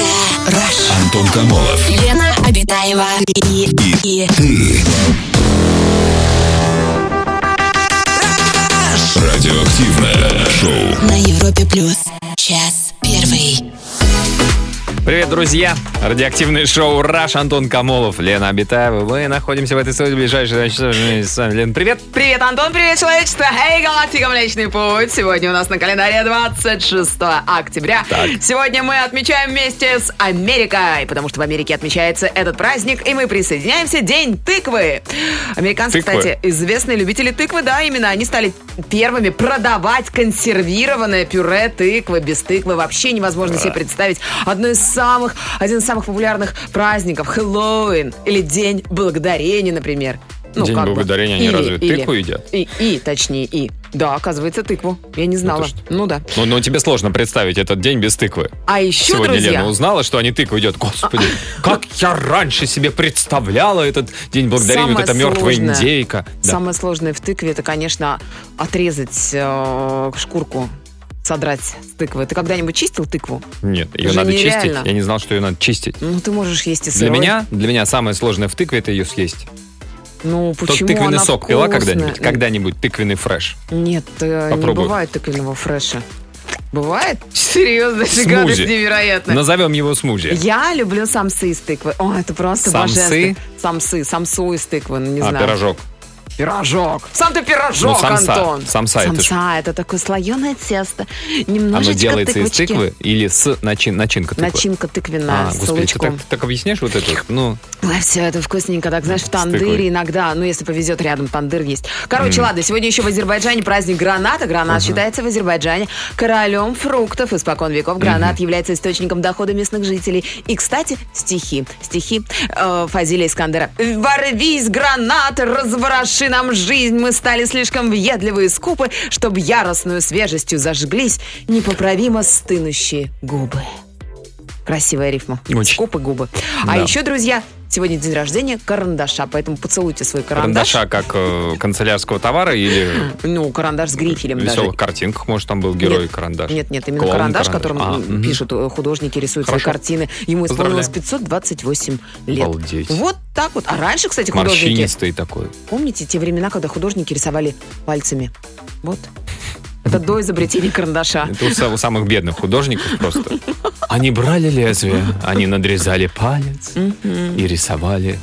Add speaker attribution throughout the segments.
Speaker 1: Rush.
Speaker 2: Антон Камолов.
Speaker 1: Лена Обитаева и, и
Speaker 2: Ты. Радиоактивное шоу.
Speaker 1: на Европе плюс час первый.
Speaker 3: Привет, друзья! Радиоактивное шоу «Раш» Антон Камолов, Лена Абитаева. Мы находимся в этой студии в ближайшие часы. Мы С вами, Лен, привет!
Speaker 4: Привет, Антон, привет, человечество! Эй, галактика, Млечный Путь! Сегодня у нас на календаре 26 октября. Сегодня мы отмечаем вместе с Америкой, потому что в Америке отмечается этот праздник, и мы присоединяемся День тыквы. Американцы,
Speaker 3: Тыквы?
Speaker 4: кстати, известные любители тыквы, да, именно они стали первыми продавать консервированное пюре тыквы. Без тыквы вообще невозможно себе представить. Одно из самых, один из самых популярных праздников, Хэллоуин или День Благодарения, например.
Speaker 3: День
Speaker 4: Ну, как бы.
Speaker 3: благодарения, они
Speaker 4: Или-
Speaker 3: разве
Speaker 4: или.
Speaker 3: тыкву едят?
Speaker 4: И, и, точнее, и. Да, оказывается, тыкву. Я не знала.
Speaker 3: ты что?
Speaker 4: Ну да.
Speaker 3: Ну, ну, тебе сложно представить этот день без тыквы.
Speaker 4: А еще,
Speaker 3: Сегодня
Speaker 4: друзья,
Speaker 3: Лена узнала, что они тыкву едят. Господи, как я раньше себе представляла этот день благодарения, вот
Speaker 4: Самое
Speaker 3: эта мертвая
Speaker 4: сложное.
Speaker 3: индейка. Да.
Speaker 4: самое сложное в тыкве, это, конечно, отрезать э, шкурку, содрать с тыквы. Ты когда-нибудь чистил тыкву?
Speaker 3: Нет, ее
Speaker 4: же
Speaker 3: надо чистить.
Speaker 4: нереально.
Speaker 3: Я не знал, что ее надо чистить.
Speaker 4: Ну, ты можешь есть и
Speaker 3: Для
Speaker 4: сырой.
Speaker 3: меня, для меня самое сложное в тыкве это ее съесть.
Speaker 4: Ну, почему
Speaker 3: Тот тыквенный
Speaker 4: она
Speaker 3: сок пила
Speaker 4: вкусная?
Speaker 3: когда-нибудь? Когда-нибудь тыквенный фреш.
Speaker 4: Нет, э, не
Speaker 3: Попробуй.
Speaker 4: бывает тыквенного фреша. Бывает? Серьезно,
Speaker 3: Смузи.
Speaker 4: гадость невероятная.
Speaker 3: Назовем его смузи.
Speaker 4: Я люблю самсы из тыквы. О, это просто
Speaker 3: Самсы?
Speaker 4: божественно. Самсы, самсу из тыквы, ну, не
Speaker 3: а,
Speaker 4: знаю.
Speaker 3: пирожок.
Speaker 4: Пирожок. Сам ты пирожок,
Speaker 3: Ну, самса.
Speaker 4: Антон.
Speaker 3: Самса это
Speaker 4: Самса, это, такое слоеное тесто. Немножечко
Speaker 3: Оно делается из
Speaker 4: тыквочки.
Speaker 3: тыквы или с начин, начинка тыквы?
Speaker 4: Начинка тыквенная
Speaker 3: А,
Speaker 4: с
Speaker 3: господи, ты
Speaker 4: лучком.
Speaker 3: так, так объясняешь вот это? Ну,
Speaker 4: Ой, все это вкусненько, так знаешь, в
Speaker 3: тыквой.
Speaker 4: тандыре иногда, ну, если повезет, рядом тандыр есть. Короче, ладно, сегодня еще в Азербайджане праздник граната. Гранат считается в Азербайджане королем фруктов. Испокон веков гранат является источником дохода местных жителей. И, кстати, стихи. Стихи э, Фазилия Искандера. «Ворвись, гранат, развороши нам жизнь. Мы стали слишком въедливы и скупы, чтобы яростную свежестью зажглись непоправимо стынущие губы». Красивая рифма.
Speaker 3: Очень.
Speaker 4: Скупы губы.
Speaker 3: Да.
Speaker 4: А еще, друзья, сегодня день рождения карандаша, поэтому поцелуйте свой карандаш.
Speaker 3: карандаша как э, канцелярского товара или
Speaker 4: Ну, карандаш с грифелем
Speaker 3: в
Speaker 4: даже.
Speaker 3: веселых картинках, может, там был герой
Speaker 4: Нет.
Speaker 3: карандаш.
Speaker 4: Нет, нет, именно
Speaker 3: Клоун
Speaker 4: карандаш, которым
Speaker 3: карандаш. А,
Speaker 4: м,
Speaker 3: мгм.
Speaker 4: пишут э, художники, рисуют
Speaker 3: Хорошо.
Speaker 4: свои картины. Ему исполнилось
Speaker 3: Поздравляем.
Speaker 4: 528 лет.
Speaker 3: Обалдеть.
Speaker 4: Вот так вот. А раньше, кстати, художники...
Speaker 3: Морщинистый такой.
Speaker 4: Помните те времена, когда художники рисовали пальцами? Вот. Это до изобретения карандаша.
Speaker 3: Это у са- у самых бедных художников просто. Они брали лезвие, они надрезали палец и рисовали.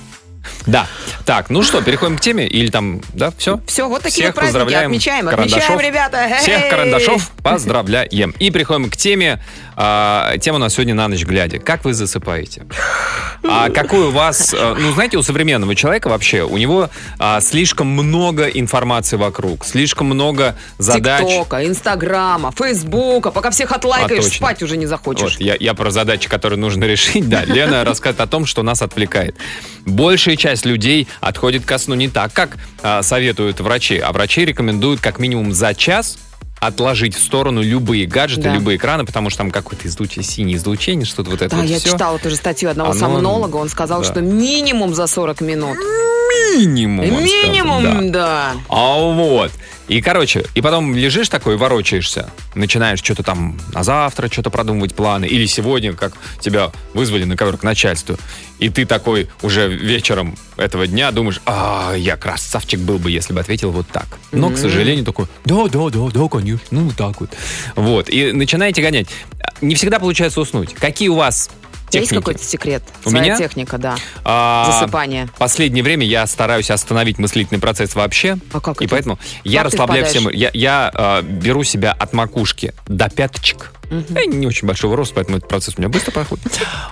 Speaker 3: Да. Так, ну что, переходим к теме или там, да, все?
Speaker 4: Все, вот такие
Speaker 3: Всех
Speaker 4: вот праздники.
Speaker 3: поздравляем.
Speaker 4: Отмечаем,
Speaker 3: Карандашов.
Speaker 4: отмечаем, ребята.
Speaker 3: Всех
Speaker 4: Эй!
Speaker 3: карандашов поздравляем. И приходим к теме. А, тема у нас сегодня на ночь глядя. Как вы засыпаете? А какой у вас... э, Ну, знаете, у современного человека вообще, у него а, слишком много информации вокруг, слишком много задач.
Speaker 4: ТикТока, Инстаграма, Фейсбука. Пока всех отлайкаешь,
Speaker 3: А, точно.
Speaker 4: спать уже не захочешь.
Speaker 3: Вот, я, я про задачи, которые нужно решить. Да, Лена рассказывает о том, что нас отвлекает. Большая часть людей отходит ко сну не так, как а, советуют врачи. А врачи рекомендуют как минимум за час отложить в сторону любые гаджеты,
Speaker 4: Да.
Speaker 3: любые экраны, потому что там какое-то излучение, синее излучение, что-то вот это
Speaker 4: Да,
Speaker 3: вот
Speaker 4: я
Speaker 3: все.
Speaker 4: читала тоже статью одного
Speaker 3: Оно-
Speaker 4: сомнолога. Он сказал,
Speaker 3: А, ну, да.
Speaker 4: что минимум за 40 минут.
Speaker 3: Минимум. он сказал, да.
Speaker 4: минимум, да.
Speaker 3: А вот. И, короче, и потом лежишь такой, ворочаешься, начинаешь что-то там на завтра, что-то продумывать планы, или сегодня, как тебя вызвали на ковер к начальству, и ты такой уже вечером этого дня думаешь, а, я красавчик был бы, если бы ответил вот так. Но, к сожалению, такой, да, да, да, да, конечно, ну, вот так вот. Вот, и начинаете гонять. Не всегда получается уснуть. Какие у вас
Speaker 4: У тебя
Speaker 3: техники?
Speaker 4: Есть какой-то секрет?
Speaker 3: У
Speaker 4: Своя
Speaker 3: меня?
Speaker 4: техника, да.
Speaker 3: А,
Speaker 4: Засыпание.
Speaker 3: Последнее время я стараюсь остановить мыслительный процесс вообще.
Speaker 4: А как
Speaker 3: И
Speaker 4: это?
Speaker 3: поэтому я
Speaker 4: ты
Speaker 3: расслабляю все.
Speaker 4: впадаешь?
Speaker 3: мои- Я, я, э, беру себя от макушки до пяточек. Я не очень большого роста, поэтому этот процесс у меня быстро проходит.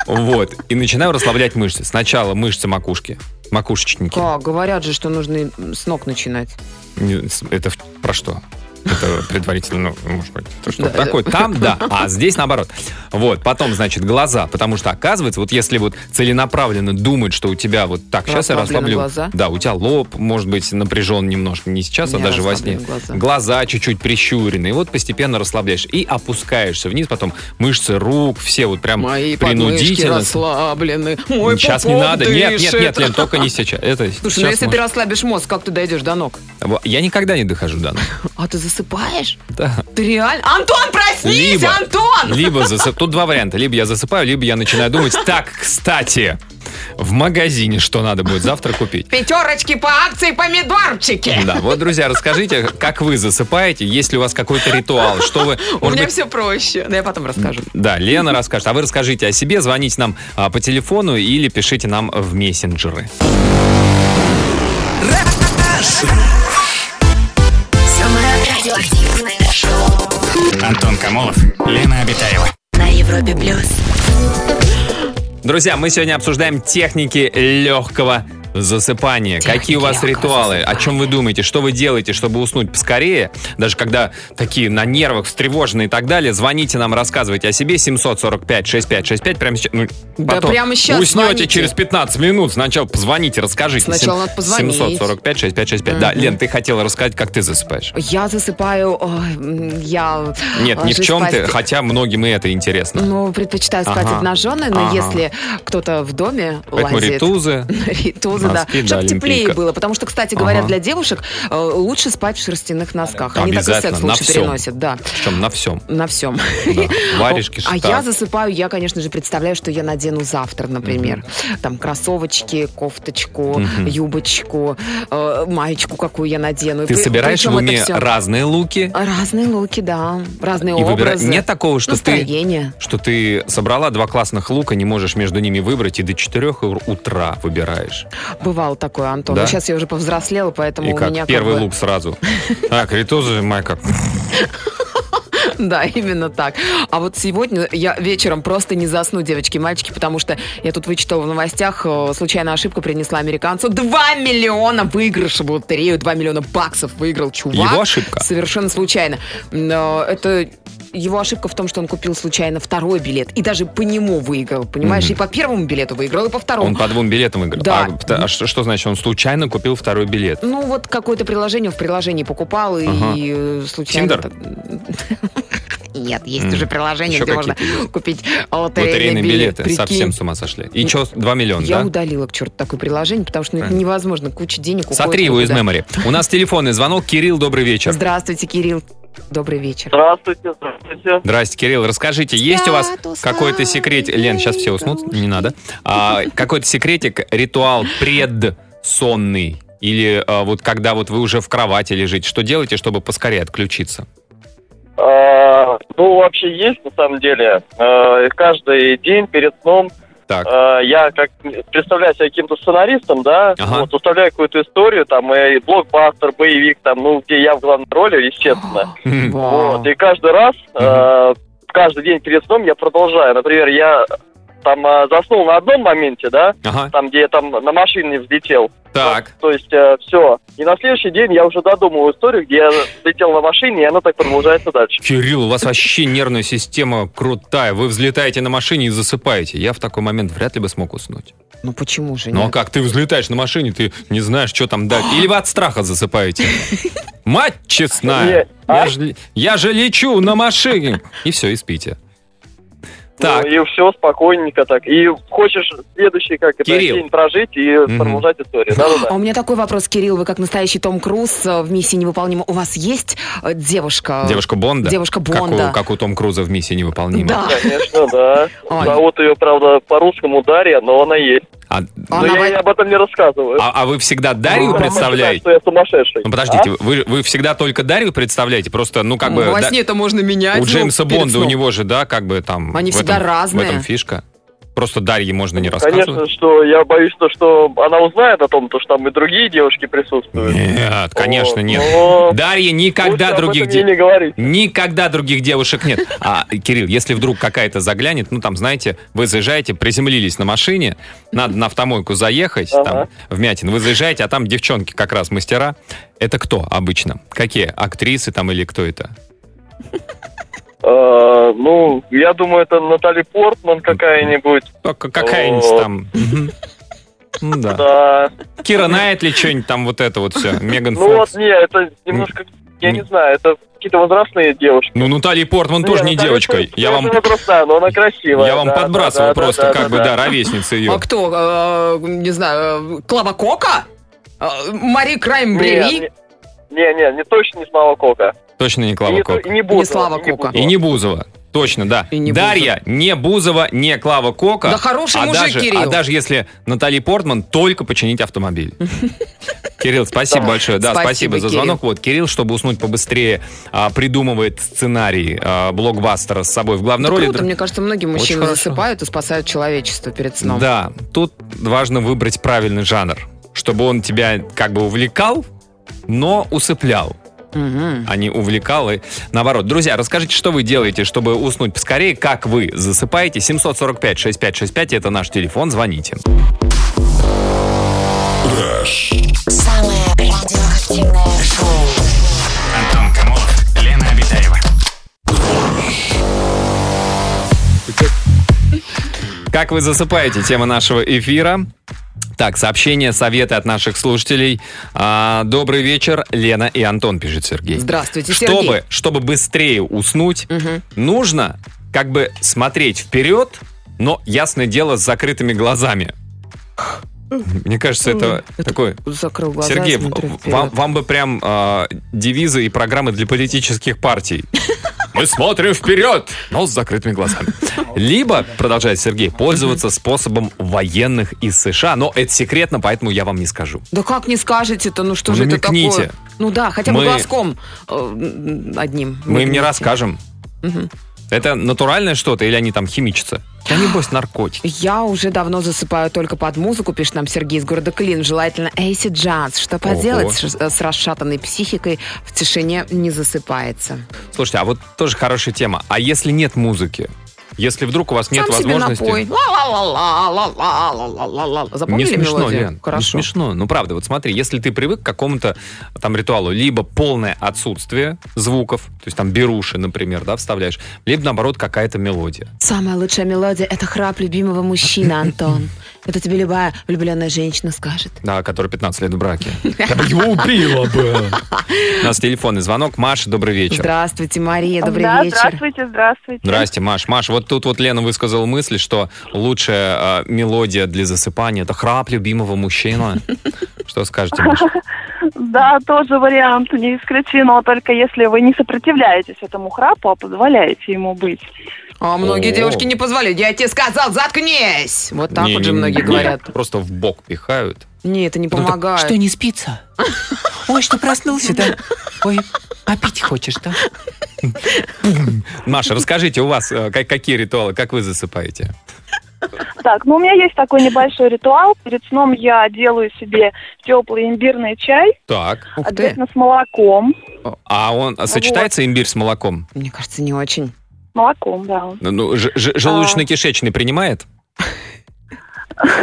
Speaker 3: Вот. И начинаю расслаблять мышцы. Сначала мышцы макушки. Макушечники.
Speaker 4: Как? Говорят же, что нужно и с ног начинать.
Speaker 3: Не, с- Это в- про что? Это предварительно, ну, может быть, это что-то
Speaker 4: Да.
Speaker 3: такое. Там, да, а здесь наоборот. Вот, потом, значит, глаза. Потому что, оказывается, вот если вот целенаправленно думать, что у тебя вот так, сейчас я
Speaker 4: Расслаблены
Speaker 3: расслаблю.
Speaker 4: глаза.
Speaker 3: Да, у тебя лоб, может быть, напряжен немножко. Не сейчас,
Speaker 4: У
Speaker 3: а
Speaker 4: меня
Speaker 3: даже во сне.
Speaker 4: расслаблены глаза.
Speaker 3: Глаза чуть-чуть прищурены. И вот постепенно расслабляешь. И опускаешься вниз, потом мышцы рук, все вот прям
Speaker 4: Мои подмышки
Speaker 3: принудительно.
Speaker 4: расслаблены. Мой
Speaker 3: сейчас не
Speaker 4: пупок
Speaker 3: надо. Нет, нет,
Speaker 4: дышит.
Speaker 3: нет, нет, только не сейчас. Это
Speaker 4: Слушай, ну
Speaker 3: сейчас
Speaker 4: если ты
Speaker 3: можно.
Speaker 4: расслабишь мозг, как ты дойдешь до ног?
Speaker 3: Я никогда не дохожу ну. до ног.
Speaker 4: А ты засыпаешь?
Speaker 3: Да.
Speaker 4: Ты реально? Антон, проснись,
Speaker 3: Либо-
Speaker 4: Антон!
Speaker 3: Либо засып- Тут два варианта. Либо я засыпаю, либо я начинаю думать, так, кстати, в магазине что надо будет завтра купить.
Speaker 4: Пятерочки по акции помидорчики.
Speaker 3: Да, вот, друзья, расскажите, как вы засыпаете, есть ли у вас какой-то ритуал, что вы,
Speaker 4: У
Speaker 3: может
Speaker 4: меня
Speaker 3: быть,
Speaker 4: все проще. Да я потом расскажу.
Speaker 3: да, Лена расскажет. А вы расскажите о себе, звоните нам а, по телефону или пишите нам в мессенджеры.
Speaker 1: Самое радиоактивное шоу
Speaker 5: Антон Камолов, Лена Обитаева.
Speaker 1: на Европе плюс.
Speaker 3: Друзья, мы сегодня обсуждаем техники легкого засыпания.
Speaker 4: Техники
Speaker 3: Какие у вас
Speaker 4: лёгкого
Speaker 3: ритуалы? О чем вы думаете? Что вы делаете, чтобы уснуть поскорее? Даже когда такие на нервах, встревоженные и так далее, звоните нам, рассказывайте о себе. 745-6565. Прямо сейчас. ну,
Speaker 4: Да
Speaker 3: потом
Speaker 4: прямо щас
Speaker 3: Уснете
Speaker 4: звоните.
Speaker 3: через 15 минут. Сначала позвоните, расскажите.
Speaker 4: Сначала надо позвонить.
Speaker 3: 745-6565. Да, Лен, ты хотела рассказать, как ты засыпаешь.
Speaker 4: Я засыпаю, ой, м, я...
Speaker 3: Нет, ни в
Speaker 4: ложусь
Speaker 3: чем
Speaker 4: спать.
Speaker 3: ты, хотя многим и это интересно.
Speaker 4: Ну, предпочитаю спать
Speaker 3: Ага.
Speaker 4: обнаженной, но
Speaker 3: Ага.
Speaker 4: если кто-то в доме
Speaker 3: Поэтому
Speaker 4: лазит...
Speaker 3: ритузы.
Speaker 4: Ритузы, да.
Speaker 3: Носки, да,
Speaker 4: Чтобы теплее
Speaker 3: олимпийка.
Speaker 4: было. Потому что, кстати говоря,
Speaker 3: Ага.
Speaker 4: для девушек э, лучше спать в шерстяных носках. Они так и
Speaker 3: Обязательно,
Speaker 4: секс
Speaker 3: на
Speaker 4: лучше
Speaker 3: всём.
Speaker 4: переносят, да.
Speaker 3: Причем на всем.
Speaker 4: На всем.
Speaker 3: Да. Варежки,
Speaker 4: А
Speaker 3: штаны.
Speaker 4: я засыпаю, я, конечно же, представляю, что я надену завтра, например. Там кроссовочки, кофточку,
Speaker 3: Мгм.
Speaker 4: юбочку, э, маечку какую я надену. И
Speaker 3: Ты
Speaker 4: при-
Speaker 3: собираешь в
Speaker 4: причем это
Speaker 3: уме
Speaker 4: всё-
Speaker 3: разные луки
Speaker 4: Разные луки, да. Разные
Speaker 3: и выбираешь.
Speaker 4: образы.
Speaker 3: Нет такого, что ты
Speaker 4: настроение.
Speaker 3: что ты собрала два классных лука, не можешь между ними выбрать, и до 4 утра выбираешь.
Speaker 4: Бывало такое, Антон.
Speaker 3: Да?
Speaker 4: Но сейчас я уже повзрослела, поэтому
Speaker 3: и
Speaker 4: у
Speaker 3: как?
Speaker 4: меня как
Speaker 3: Первый
Speaker 4: бы-
Speaker 3: лук сразу. Так, ритузы, майка.
Speaker 4: Да, именно так. А вот сегодня я вечером просто не засну, девочки и мальчики, потому что я тут вычитала в новостях, э, случайная ошибка принесла американцу 2 миллиона выигрыша в лотерею, 2 миллиона баксов выиграл чувак.
Speaker 3: Его ошибка?
Speaker 4: Совершенно случайно. Но это его ошибка в том, что он купил случайно второй билет и даже по нему выиграл, понимаешь? И по первому билету выиграл, и по второму.
Speaker 3: Он по двум билетам выиграл.
Speaker 4: Да.
Speaker 3: А, пта- а что, что значит, он случайно купил второй билет?
Speaker 4: Ну, вот какое-то приложение в приложении покупал и
Speaker 3: Ага.
Speaker 4: э, случайно...
Speaker 3: Тиндер?
Speaker 4: так- Нет, есть
Speaker 3: М.
Speaker 4: уже приложение,
Speaker 3: Еще
Speaker 4: где можно
Speaker 3: какие-то
Speaker 4: купить лотерейный,
Speaker 3: Лотерейные
Speaker 4: билет.
Speaker 3: билеты.
Speaker 4: Прикинь.
Speaker 3: Совсем с ума сошли. И что, 2 миллиона,
Speaker 4: Я
Speaker 3: да?
Speaker 4: удалила к черту такое приложение, потому что ну, это
Speaker 3: Правильно.
Speaker 4: невозможно, куча денег уходит.
Speaker 3: Сотри его из
Speaker 4: туда.
Speaker 3: мемори. У нас телефонный звонок. Кирилл, добрый вечер.
Speaker 4: Здравствуйте, Кирилл. Добрый вечер.
Speaker 6: Здравствуйте, здравствуйте.
Speaker 3: Здрасте, Кирилл. Расскажите, есть у вас
Speaker 4: Статус
Speaker 3: какой-то секрет... Лен, сейчас все уснут, не надо. А, какой-то секретик, ритуал предсонный? Или а, вот когда вот вы уже в кровати лежите, что делаете, чтобы поскорее отключиться?
Speaker 6: А, ну, вообще есть, на самом деле. А, и каждый день перед сном
Speaker 3: Так,
Speaker 6: а, я как представляю себя каким-то сценаристом, да,
Speaker 3: Ага.
Speaker 6: вот, уставляю какую-то историю, там, и блокбастер, боевик, там, ну, где я в главной роли, естественно.
Speaker 3: Мгм.
Speaker 4: Вау.
Speaker 6: Вот, и каждый раз, а, каждый день перед сном я продолжаю. Например, я там а, заснул на одном моменте, да,
Speaker 3: ага,
Speaker 6: там, где я там на машине взлетел.
Speaker 3: так.
Speaker 6: То есть все. И на следующий день я уже додумываю историю, где я летел на машине, и она так продолжается дальше.
Speaker 3: Кирилл, у вас вообще нервная система крутая. Вы взлетаете на машине и засыпаете. Я в такой момент вряд ли бы смог уснуть.
Speaker 4: Ну почему же
Speaker 3: Ну а
Speaker 4: нет?
Speaker 3: как ты взлетаешь на машине, ты не знаешь, что там дальше. Или вы от страха засыпаете. Мать честная!
Speaker 6: Нет,
Speaker 3: Я
Speaker 6: а?
Speaker 3: же, я же лечу на машине! И все, и спите. Так,
Speaker 6: Ну, и все спокойненько так. И хочешь следующий как это,
Speaker 3: Кирилл.
Speaker 6: день прожить и продолжать историю. Да, да,
Speaker 4: А у меня такой вопрос, Кирилл, вы как настоящий Том Круз э, в «Миссии невыполнима». У вас есть э, девушка?
Speaker 3: девушка Бонда.
Speaker 4: девушка
Speaker 3: Как у-
Speaker 4: Бонда.
Speaker 3: Как у Том Круза в «Миссии невыполнима».
Speaker 4: Да.
Speaker 6: да. Конечно, да.
Speaker 4: Ой.
Speaker 6: Зовут ее, правда, по русскому Дарья, но она есть.
Speaker 3: А,
Speaker 6: Но
Speaker 4: Она
Speaker 6: я
Speaker 4: во-
Speaker 6: ей об этом не рассказываю.
Speaker 3: а- а вы всегда
Speaker 6: Ну, Потому
Speaker 3: Дарью
Speaker 6: что А?
Speaker 3: представляете?
Speaker 6: считает, что я сумасшедший.
Speaker 3: Ну подождите, вы, вы всегда только Дарью представляете? Просто, ну как бы...
Speaker 4: Во
Speaker 3: да-
Speaker 4: сне-то можно менять.
Speaker 3: у Джеймса
Speaker 4: ну, перед
Speaker 3: Бонда, у
Speaker 4: сном.
Speaker 3: него же, да, как бы там...
Speaker 4: Они
Speaker 3: в
Speaker 4: всегда
Speaker 3: этом-
Speaker 4: разные.
Speaker 3: В этом фишка. Просто Дарье можно не
Speaker 6: А?
Speaker 3: рассказывать.
Speaker 6: Конечно, что я боюсь, то, что она узнает о том, то, что там и другие девушки присутствуют.
Speaker 3: Нет, конечно,
Speaker 6: Вот,
Speaker 3: нет.
Speaker 6: но
Speaker 3: Дарья
Speaker 6: Ну, лучше
Speaker 3: никогда
Speaker 6: об
Speaker 3: других
Speaker 6: этом ей
Speaker 3: де-
Speaker 6: не говорить.
Speaker 3: Никогда других девушек нет. А, Кирилл, если вдруг какая-то заглянет, ну там, знаете, вы заезжаете, приземлились на машине, надо на автомойку заехать, там,
Speaker 6: Ага.
Speaker 3: в Мятин, вы заезжаете, а там девчонки как раз мастера. Это кто обычно? Какие? Актрисы там или кто это?
Speaker 6: Э, ну, я думаю, это Натали Портман какая-нибудь.
Speaker 3: Ну, к- Какая-нибудь там. Мгм. М, Да.
Speaker 6: Да.
Speaker 3: Кира Найт ли что-нибудь там вот это вот все? Меган
Speaker 6: Ну
Speaker 3: Фокс.
Speaker 6: вот, не, это немножко, я не знаю, это какие-то возрастные девушки.
Speaker 3: Ну, Натали Портман тоже не
Speaker 6: Натали
Speaker 3: девочка.
Speaker 6: Портман,
Speaker 3: Я
Speaker 6: она
Speaker 3: вам
Speaker 6: возрастная, но она красивая.
Speaker 3: я вам
Speaker 6: Да, да,
Speaker 3: подбрасываю
Speaker 6: да, да,
Speaker 3: просто
Speaker 6: да,
Speaker 3: как бы, да, ровесница
Speaker 4: А
Speaker 3: ее.
Speaker 4: кто? э, Не знаю, э, Клава Кока? Э, Мари
Speaker 6: Не,
Speaker 4: Краймбрери?
Speaker 6: не, не, не, не, точно не с Молокока.
Speaker 3: Точно не
Speaker 6: И
Speaker 3: Клава
Speaker 6: не,
Speaker 3: Кока.
Speaker 6: и не Бузова,
Speaker 4: Не Слава
Speaker 6: и не
Speaker 4: Кока.
Speaker 6: Бузова.
Speaker 3: И не Бузова. Точно, да.
Speaker 4: И не
Speaker 3: Дарья, не Бузова, не Клава Кока.
Speaker 4: Да хороший
Speaker 3: а
Speaker 4: мужик,
Speaker 3: даже,
Speaker 4: Кирилл.
Speaker 3: А даже если Натали Портман, только починить автомобиль. Кирилл, спасибо
Speaker 6: Да.
Speaker 3: большое. Да,
Speaker 4: Спасибо,
Speaker 3: спасибо за
Speaker 4: Кирилл.
Speaker 3: звонок. Вот, Кирилл, чтобы уснуть побыстрее, а, придумывает сценарий а, блокбастера с собой в главной
Speaker 4: Это
Speaker 3: роли.
Speaker 4: круто, мне кажется, многие мужчины
Speaker 3: хорошо.
Speaker 4: засыпают и спасают человечество перед сном.
Speaker 3: Да, тут важно выбрать правильный жанр, чтобы он тебя как бы увлекал, но усыплял.
Speaker 4: Мгм.
Speaker 3: а не увлекал и наоборот. Друзья, расскажите, что вы делаете, чтобы уснуть поскорее, как вы засыпаете. 745-6565, это наш телефон, звоните.
Speaker 1: Самое радиоактивное шоу.
Speaker 5: Антон Камолов, Лена Обитаева.
Speaker 3: Как вы засыпаете, тема нашего эфира. Так, сообщения, советы от наших слушателей. А, добрый вечер, Лена и Антон, пишет Сергей.
Speaker 4: Здравствуйте, Сергей.
Speaker 3: Чтобы, чтобы быстрее уснуть,
Speaker 4: Мгм.
Speaker 3: нужно как бы смотреть вперед, но ясное дело с закрытыми глазами. Мне кажется, это такой
Speaker 4: Закрыл глаза. и
Speaker 3: Сергей, в-
Speaker 4: смотрю
Speaker 3: в-
Speaker 4: вперед.
Speaker 3: вам, вам бы прям а, девизы и программы для политических партий. Мы смотрим вперед, но с закрытыми глазами. Либо, продолжает Сергей, пользоваться способом военных из США. Но это секретно, поэтому я вам не скажу.
Speaker 4: Да как не скажете-то, ну что
Speaker 3: Ну,
Speaker 4: же это
Speaker 3: намекните.
Speaker 4: такое? Ну да, хотя бы
Speaker 3: Мы-
Speaker 4: глазком э, м, одним.
Speaker 3: Мы им не
Speaker 4: намекните.
Speaker 3: расскажем.
Speaker 4: Мгм.
Speaker 3: Это натуральное что-то или они там химичатся? Да небось наркотики.
Speaker 4: Я уже давно засыпаю только под музыку, пишет нам Сергей из города Клин. Желательно Эйси Джанс. Что поделать с, э, с расшатанной психикой в тишине не засыпается.
Speaker 3: Слушайте, а вот тоже хорошая тема. А если нет музыки? Если вдруг у вас нет
Speaker 4: Сам себе
Speaker 3: возможности...
Speaker 4: напой. Ла-ла-ла-ла-ла-ла-ла-ла-ла.
Speaker 3: Не
Speaker 4: Запомнили
Speaker 3: смешно,
Speaker 4: мелодию?
Speaker 3: Лен.
Speaker 4: Хорошо.
Speaker 3: Не смешно. Ну, правда, вот смотри, если ты привык к какому-то там ритуалу, либо полное отсутствие звуков, то есть там беруши, например, да, вставляешь, либо, наоборот, какая-то мелодия.
Speaker 4: Самая лучшая мелодия – это храп любимого мужчины, Антон. Это тебе любая влюбленная женщина скажет.
Speaker 3: Да, который 15 лет в браке. Я бы его убила бы. У нас телефонный звонок. Маша, добрый вечер.
Speaker 4: Здравствуйте, Мария, добрый
Speaker 7: да,
Speaker 4: вечер.
Speaker 7: здравствуйте, здравствуйте.
Speaker 3: Здрасте, Маш. Маш, вот тут вот Лена высказала мысль, что лучшая э, мелодия для засыпания – это храп любимого мужчины. Что скажете, Маша?
Speaker 7: Да, тоже вариант не исключено, только если вы не сопротивляетесь этому храпу, а позволяете ему быть.
Speaker 4: А многие
Speaker 3: О.
Speaker 4: девушки не позволяют. Я тебе сказал, заткнись! Вот так
Speaker 3: Не,
Speaker 4: вот
Speaker 3: не,
Speaker 4: же
Speaker 3: не,
Speaker 4: многие
Speaker 3: не, Ну
Speaker 4: говорят.
Speaker 3: Просто в бок пихают.
Speaker 4: Не, это не помогает.
Speaker 8: Что, не спится? Ой, что проснулся, да? Ой, попить хочешь, да?
Speaker 3: Маша, расскажите, у вас э, как- какие ритуалы, как вы засыпаете?
Speaker 7: Так, ну у меня есть такой небольшой ритуал. Перед сном я делаю себе теплый имбирный чай,
Speaker 3: Так.
Speaker 7: А
Speaker 4: Ух ты.
Speaker 7: обязательно с молоком.
Speaker 3: А он а сочетается имбирь с молоком?
Speaker 4: Мне кажется, не очень.
Speaker 7: Молоком, да.
Speaker 3: Ну, ж-
Speaker 4: А.
Speaker 3: ж- желудочно-кишечный принимает?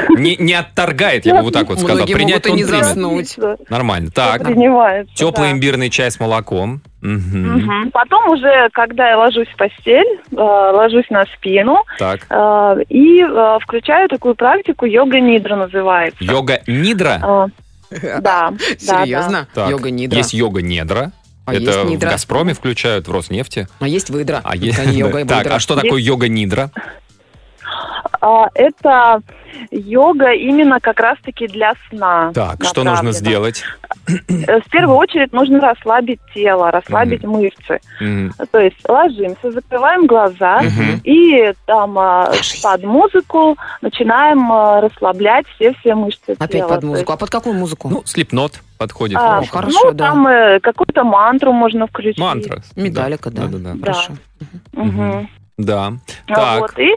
Speaker 3: Не, не отторгает, я бы вот так вот сказал.
Speaker 4: Многие
Speaker 3: Принять
Speaker 4: могут и
Speaker 3: он
Speaker 4: не
Speaker 3: примет.
Speaker 4: заснуть.
Speaker 3: Нормально.
Speaker 7: Так.
Speaker 3: Так,
Speaker 7: Принимается.
Speaker 3: теплый
Speaker 7: да.
Speaker 3: имбирный чай с молоком. Мгм.
Speaker 7: Мгм. Потом уже, когда я ложусь в постель, э, ложусь на спину
Speaker 3: Так.
Speaker 7: э, и э, включаю такую практику йога-нидра называется.
Speaker 3: Йога нидра.
Speaker 7: Э, Да, да, да.
Speaker 4: Серьезно?
Speaker 3: Так.
Speaker 4: Йога нидра.
Speaker 3: Есть йога недра.
Speaker 4: А
Speaker 3: Это
Speaker 4: есть
Speaker 3: в
Speaker 4: нидра.
Speaker 3: Газпроме включают, в Роснефти.
Speaker 4: А есть выдра.
Speaker 3: А е-
Speaker 4: Это не йога и
Speaker 3: Так,
Speaker 4: выдра.
Speaker 3: а что такое йога нидра?
Speaker 7: А, Это йога именно как раз-таки для сна.
Speaker 3: Так, что нужно
Speaker 7: направлена.
Speaker 3: сделать?
Speaker 7: Э, В первую очередь нужно расслабить тело, расслабить мышцы.
Speaker 3: Мгм.
Speaker 7: То есть ложимся, закрываем глаза
Speaker 3: Мгм.
Speaker 7: и там а, под музыку начинаем а, расслаблять все-все мышцы
Speaker 4: Опять
Speaker 7: тела.
Speaker 4: под
Speaker 7: То
Speaker 4: музыку. А под какую музыку?
Speaker 3: Ну, слепнот подходит.
Speaker 7: есть, а,
Speaker 4: О, хорошо,
Speaker 7: ну,
Speaker 4: да.
Speaker 7: там э, какую-то мантру можно включить.
Speaker 3: Мантра.
Speaker 4: Металлика, да.
Speaker 3: Да, да, да.
Speaker 4: Хорошо.
Speaker 7: Мгм.
Speaker 3: Мгм. Да.
Speaker 7: А
Speaker 3: Так.
Speaker 7: Вот, и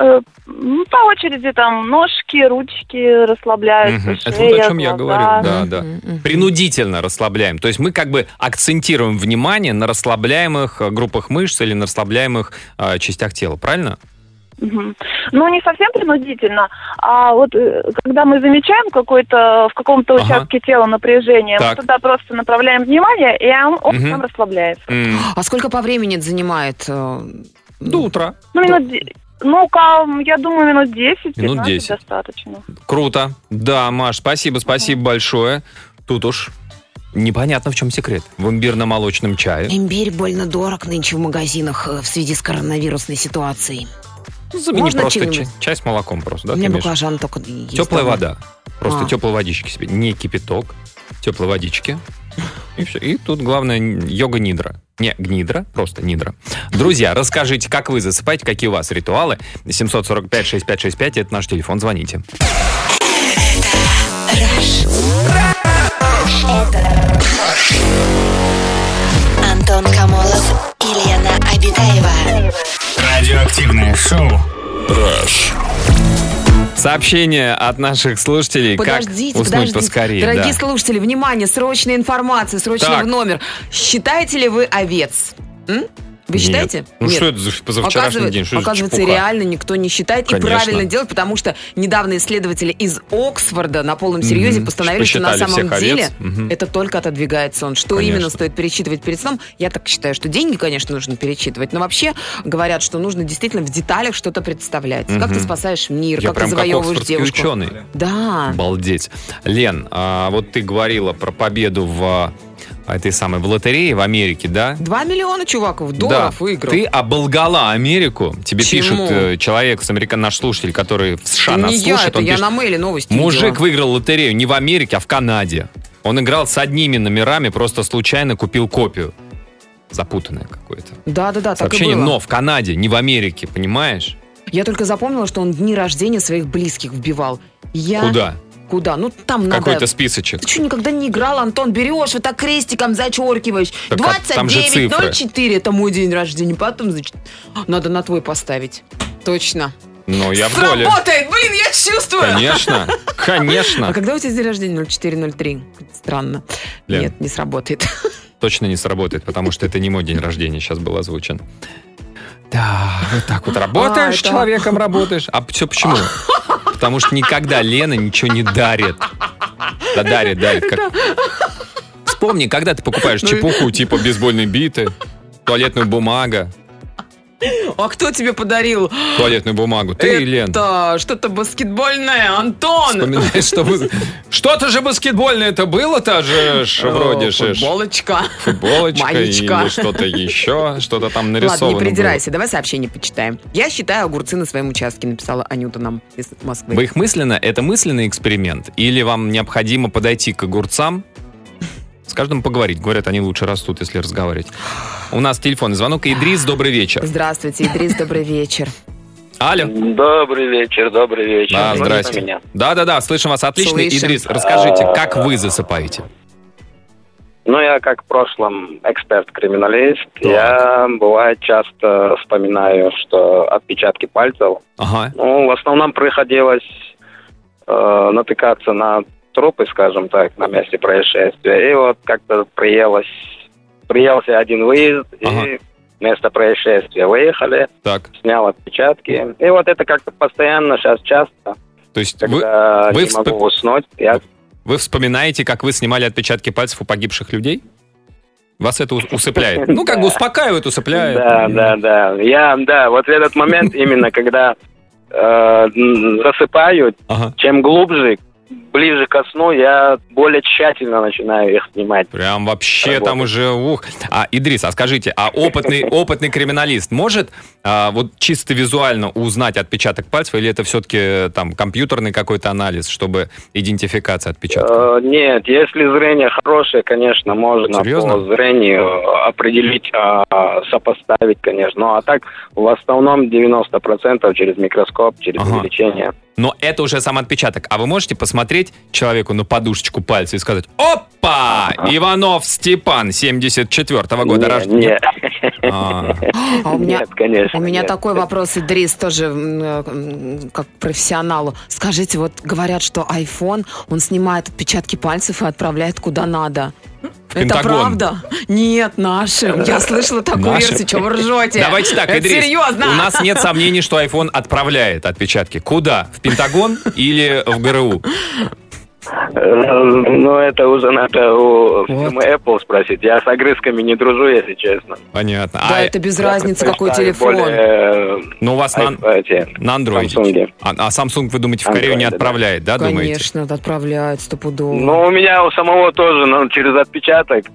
Speaker 7: э, ну, по очереди там ножки, ручки расслабляются,
Speaker 3: Мгм. Это
Speaker 7: шея,
Speaker 3: вот о чем я
Speaker 7: глаза.
Speaker 3: говорил, да, да.
Speaker 4: Мгм.
Speaker 3: Принудительно расслабляем. То есть мы как бы акцентируем внимание на расслабляемых э, группах мышц или на расслабляемых э, частях тела, правильно?
Speaker 7: Мгм. Ну, не совсем принудительно, а вот э, когда мы замечаем какой-то в каком-то
Speaker 3: Ага.
Speaker 7: участке тела напряжение,
Speaker 3: Так.
Speaker 7: мы туда просто направляем внимание, и он, он
Speaker 3: Мгм.
Speaker 7: сам расслабляется.
Speaker 4: А сколько по времени это занимает? э,
Speaker 3: До утра.
Speaker 7: Ну, минут де- Ну-ка, я думаю, минут 10
Speaker 3: Минут
Speaker 7: 15
Speaker 3: 10.
Speaker 7: достаточно.
Speaker 3: Круто. Да, Маш, спасибо, спасибо большое. Тут уж непонятно, в чем секрет. В имбирно-молочном чае.
Speaker 8: Имбирь больно дорог нынче в магазинах
Speaker 4: э,
Speaker 8: в связи с коронавирусной ситуацией.
Speaker 3: Ну, Замени
Speaker 4: можно
Speaker 3: просто чай,
Speaker 4: чем-нибудь?
Speaker 3: чай с молоком просто, да?
Speaker 4: У меня
Speaker 3: ты имеешь?
Speaker 4: баклажан только есть.
Speaker 3: Теплая
Speaker 4: дома.
Speaker 3: вода. Просто
Speaker 4: А.
Speaker 3: теплой водички себе. Не кипяток, теплой водички. И все. И тут главное йога нидра. Не, гнидра, просто нидра. Друзья, расскажите, как вы засыпаете, какие у вас ритуалы. 745-6565, это наш телефон, звоните.
Speaker 1: Антон Камолов и Лена Обитаева.
Speaker 9: Радиоактивное шоу.
Speaker 10: Rush.
Speaker 3: Сообщение от наших слушателей,
Speaker 4: Подождите,
Speaker 3: как уснуть
Speaker 4: подождите.
Speaker 3: поскорее. да.
Speaker 4: Дорогие слушатели, внимание, срочная информация, срочно
Speaker 3: Так.
Speaker 4: в номер. Считаете ли вы овец? М? Вы
Speaker 3: Нет.
Speaker 4: считаете?
Speaker 3: Ну
Speaker 4: Нет.
Speaker 3: что это за позавчерашний
Speaker 4: Оказывает-
Speaker 3: день? Что за
Speaker 4: оказывается,
Speaker 3: чепуха?
Speaker 4: реально никто не считает.
Speaker 3: Конечно.
Speaker 4: И правильно делать, потому что недавно исследователи из Оксфорда на полном серьезе
Speaker 3: Мгм.
Speaker 4: постановили, что на
Speaker 3: Посчитали
Speaker 4: самом
Speaker 3: всех
Speaker 4: деле
Speaker 3: овец. Мгм.
Speaker 4: это только отодвигает сон. Что
Speaker 3: Конечно.
Speaker 4: именно стоит перечитывать перед сном? Я так считаю, что деньги, конечно, нужно перечитывать. Но вообще говорят, что нужно действительно в деталях что-то представлять. Как
Speaker 3: Мгм.
Speaker 4: ты спасаешь мир,
Speaker 3: Я
Speaker 4: как ты
Speaker 3: прям как
Speaker 4: завоевываешь
Speaker 3: оксфордский
Speaker 4: девушку.
Speaker 3: ученый.
Speaker 4: Да.
Speaker 3: Обалдеть. Лен, а вот ты говорила про победу в а, этой самой в лотерее в Америке, да?
Speaker 4: Два миллиона, чуваков, долларов
Speaker 3: Да.
Speaker 4: выиграл.
Speaker 3: Ты оболгала Америку. Тебе
Speaker 4: Чему?
Speaker 3: пишет э, человек, с Америка, наш слушатель, который в США нас
Speaker 4: не я,
Speaker 3: слушает.
Speaker 4: это
Speaker 3: он
Speaker 4: я
Speaker 3: пишет,
Speaker 4: на мейле новости
Speaker 3: Мужик
Speaker 4: видела.
Speaker 3: выиграл лотерею не в Америке, а в Канаде. Он играл с одними номерами, просто случайно купил копию. Запутанное какое-то.
Speaker 4: Да-да-да, А так и
Speaker 3: Сообщение,
Speaker 4: было.
Speaker 3: но в Канаде, не в Америке, понимаешь?
Speaker 4: Я только запомнила, что он в дни рождения своих близких вбивал. Я...
Speaker 3: Куда?
Speaker 4: Куда? Ну, там
Speaker 3: В
Speaker 4: надо...
Speaker 3: какой-то списочек.
Speaker 4: Ты что, никогда не играл, Антон? Берешь, вот так крестиком зачеркиваешь.
Speaker 3: Так, а там же цифры.
Speaker 4: 29.04, это мой день рождения. Потом, значит, а, надо на твой поставить. Точно.
Speaker 3: Но я в доле.
Speaker 4: Сработает! Блин, я чувствую!
Speaker 3: Конечно,
Speaker 4: А
Speaker 3: конечно.
Speaker 4: когда у тебя день рождения 0403? Странно.
Speaker 3: Лен.
Speaker 4: Нет, не сработает.
Speaker 3: Точно не сработает, потому что это не мой день рождения сейчас был озвучен. Да, вот так вот работаешь с
Speaker 4: это-
Speaker 3: человеком, работаешь. А все почему? Потому что никогда Лена ничего не дарит. Да дарит, дарит. как- Вспомни, когда ты покупаешь чепуху типа бейсбольной биты, туалетную бумагу,
Speaker 4: А кто тебе подарил?
Speaker 3: туалетную бумагу. Ты, Лен,
Speaker 4: Это что-то баскетбольное, Антон!
Speaker 3: вспоминаешь, что вы- Что-то же баскетбольное это было-то же, ж, вроде
Speaker 4: Э,
Speaker 3: же. ж.
Speaker 4: Футболочка.
Speaker 3: Футболочка
Speaker 4: Маечка.
Speaker 3: или что-то еще, что-то там нарисовано
Speaker 4: Ладно, не
Speaker 3: было.
Speaker 4: придирайся, давай сообщение почитаем. Я считаю огурцы на своем участке, написала Анюта нам из Москвы.
Speaker 3: Вы их мысленно, это мысленный эксперимент? Или вам необходимо подойти к огурцам, с каждым поговорить? Говорят, они лучше растут, если разговаривать. У нас телефонный звонок. Идрис, добрый вечер.
Speaker 4: Здравствуйте, Идрис, добрый вечер.
Speaker 3: Алло.
Speaker 11: Добрый вечер, добрый вечер.
Speaker 3: Да,
Speaker 11: Слышно
Speaker 3: здрасте.
Speaker 11: меня?
Speaker 3: Да-да-да, слышим вас отлично.
Speaker 4: Слышим.
Speaker 3: Идрис, расскажите, как вы засыпаете?
Speaker 11: Ну, я как в прошлом эксперт-криминалист. Я, бывает, часто вспоминаю, что отпечатки пальцев.
Speaker 3: Ага.
Speaker 11: Ну, в основном приходилось э, натыкаться на трупы, скажем так, на месте происшествия. И вот как-то приелось, приелся один выезд,
Speaker 3: Ага.
Speaker 11: и место происшествия выехали,
Speaker 3: Так,
Speaker 11: снял отпечатки. И вот это как-то постоянно, сейчас часто,
Speaker 3: то есть вы,
Speaker 11: когда
Speaker 3: вы
Speaker 11: не
Speaker 3: всп-
Speaker 11: могу уснуть, я
Speaker 3: вы вспоминаете, как вы снимали отпечатки пальцев у погибших людей? Вас это ус- усыпляет? Ну, как бы успокаивает, усыпляет.
Speaker 11: Да, да, да. Я, да, вот в этот момент именно, когда э, м, засыпаю,
Speaker 3: Ага.
Speaker 11: чем глубже, ближе ко сну, я более тщательно начинаю их снимать.
Speaker 3: Прям вообще там
Speaker 11: Работает.
Speaker 3: уже ух. А, Идрис, а скажите, а опытный, опытный криминалист может а, вот чисто визуально узнать отпечаток пальцев, или это все-таки там компьютерный какой-то анализ, чтобы идентификация отпечатка?
Speaker 11: Э, нет, если зрение хорошее, конечно, можно
Speaker 3: Серьезно?
Speaker 11: по зрению определить, а, сопоставить, конечно. Ну, а так, в основном 90% через микроскоп, через
Speaker 3: Ага.
Speaker 11: увеличение.
Speaker 3: Но это уже сам отпечаток. А вы можете посмотреть человеку на подушечку пальца и сказать, опа, Иванов Степан, 74-го года
Speaker 11: Не,
Speaker 3: рождения.
Speaker 11: не.
Speaker 3: А,
Speaker 4: А у меня,
Speaker 11: Нет, конечно.
Speaker 4: у меня
Speaker 11: нет.
Speaker 4: такой вопрос, Идрис, тоже м, э, м, как профессионалу. Скажите, вот говорят, что iPhone, он снимает отпечатки пальцев и отправляет куда надо. Это
Speaker 3: Пентагон.
Speaker 4: правда? Нет, нашим. Я слышала такую
Speaker 3: Нашим?
Speaker 4: версию. Чего вы ржете?
Speaker 3: Давайте так,
Speaker 4: Это
Speaker 3: Идрис,
Speaker 4: серьезно.
Speaker 3: у нас нет сомнений, что iPhone отправляет отпечатки. Куда? В Пентагон или в ГРУ?
Speaker 11: Э, Ну, это уже надо у
Speaker 3: Вот.
Speaker 11: фирмы Apple спросить. Я с огрызками не дружу, если честно.
Speaker 3: Понятно.
Speaker 4: Да,
Speaker 3: а,
Speaker 4: это без
Speaker 11: Я
Speaker 4: разницы, какой
Speaker 11: предпочитаю
Speaker 4: телефон.
Speaker 11: более, э,
Speaker 3: Но у вас на,
Speaker 11: ай- эти,
Speaker 3: на андроиде.
Speaker 11: Samsung.
Speaker 3: А, а Samsung, вы думаете, в Корею не
Speaker 11: Android, да.
Speaker 3: отправляет, да, думаете?
Speaker 4: Конечно, отправляют стопудово.
Speaker 11: Ну, у меня у самого тоже, ну, через отпечаток,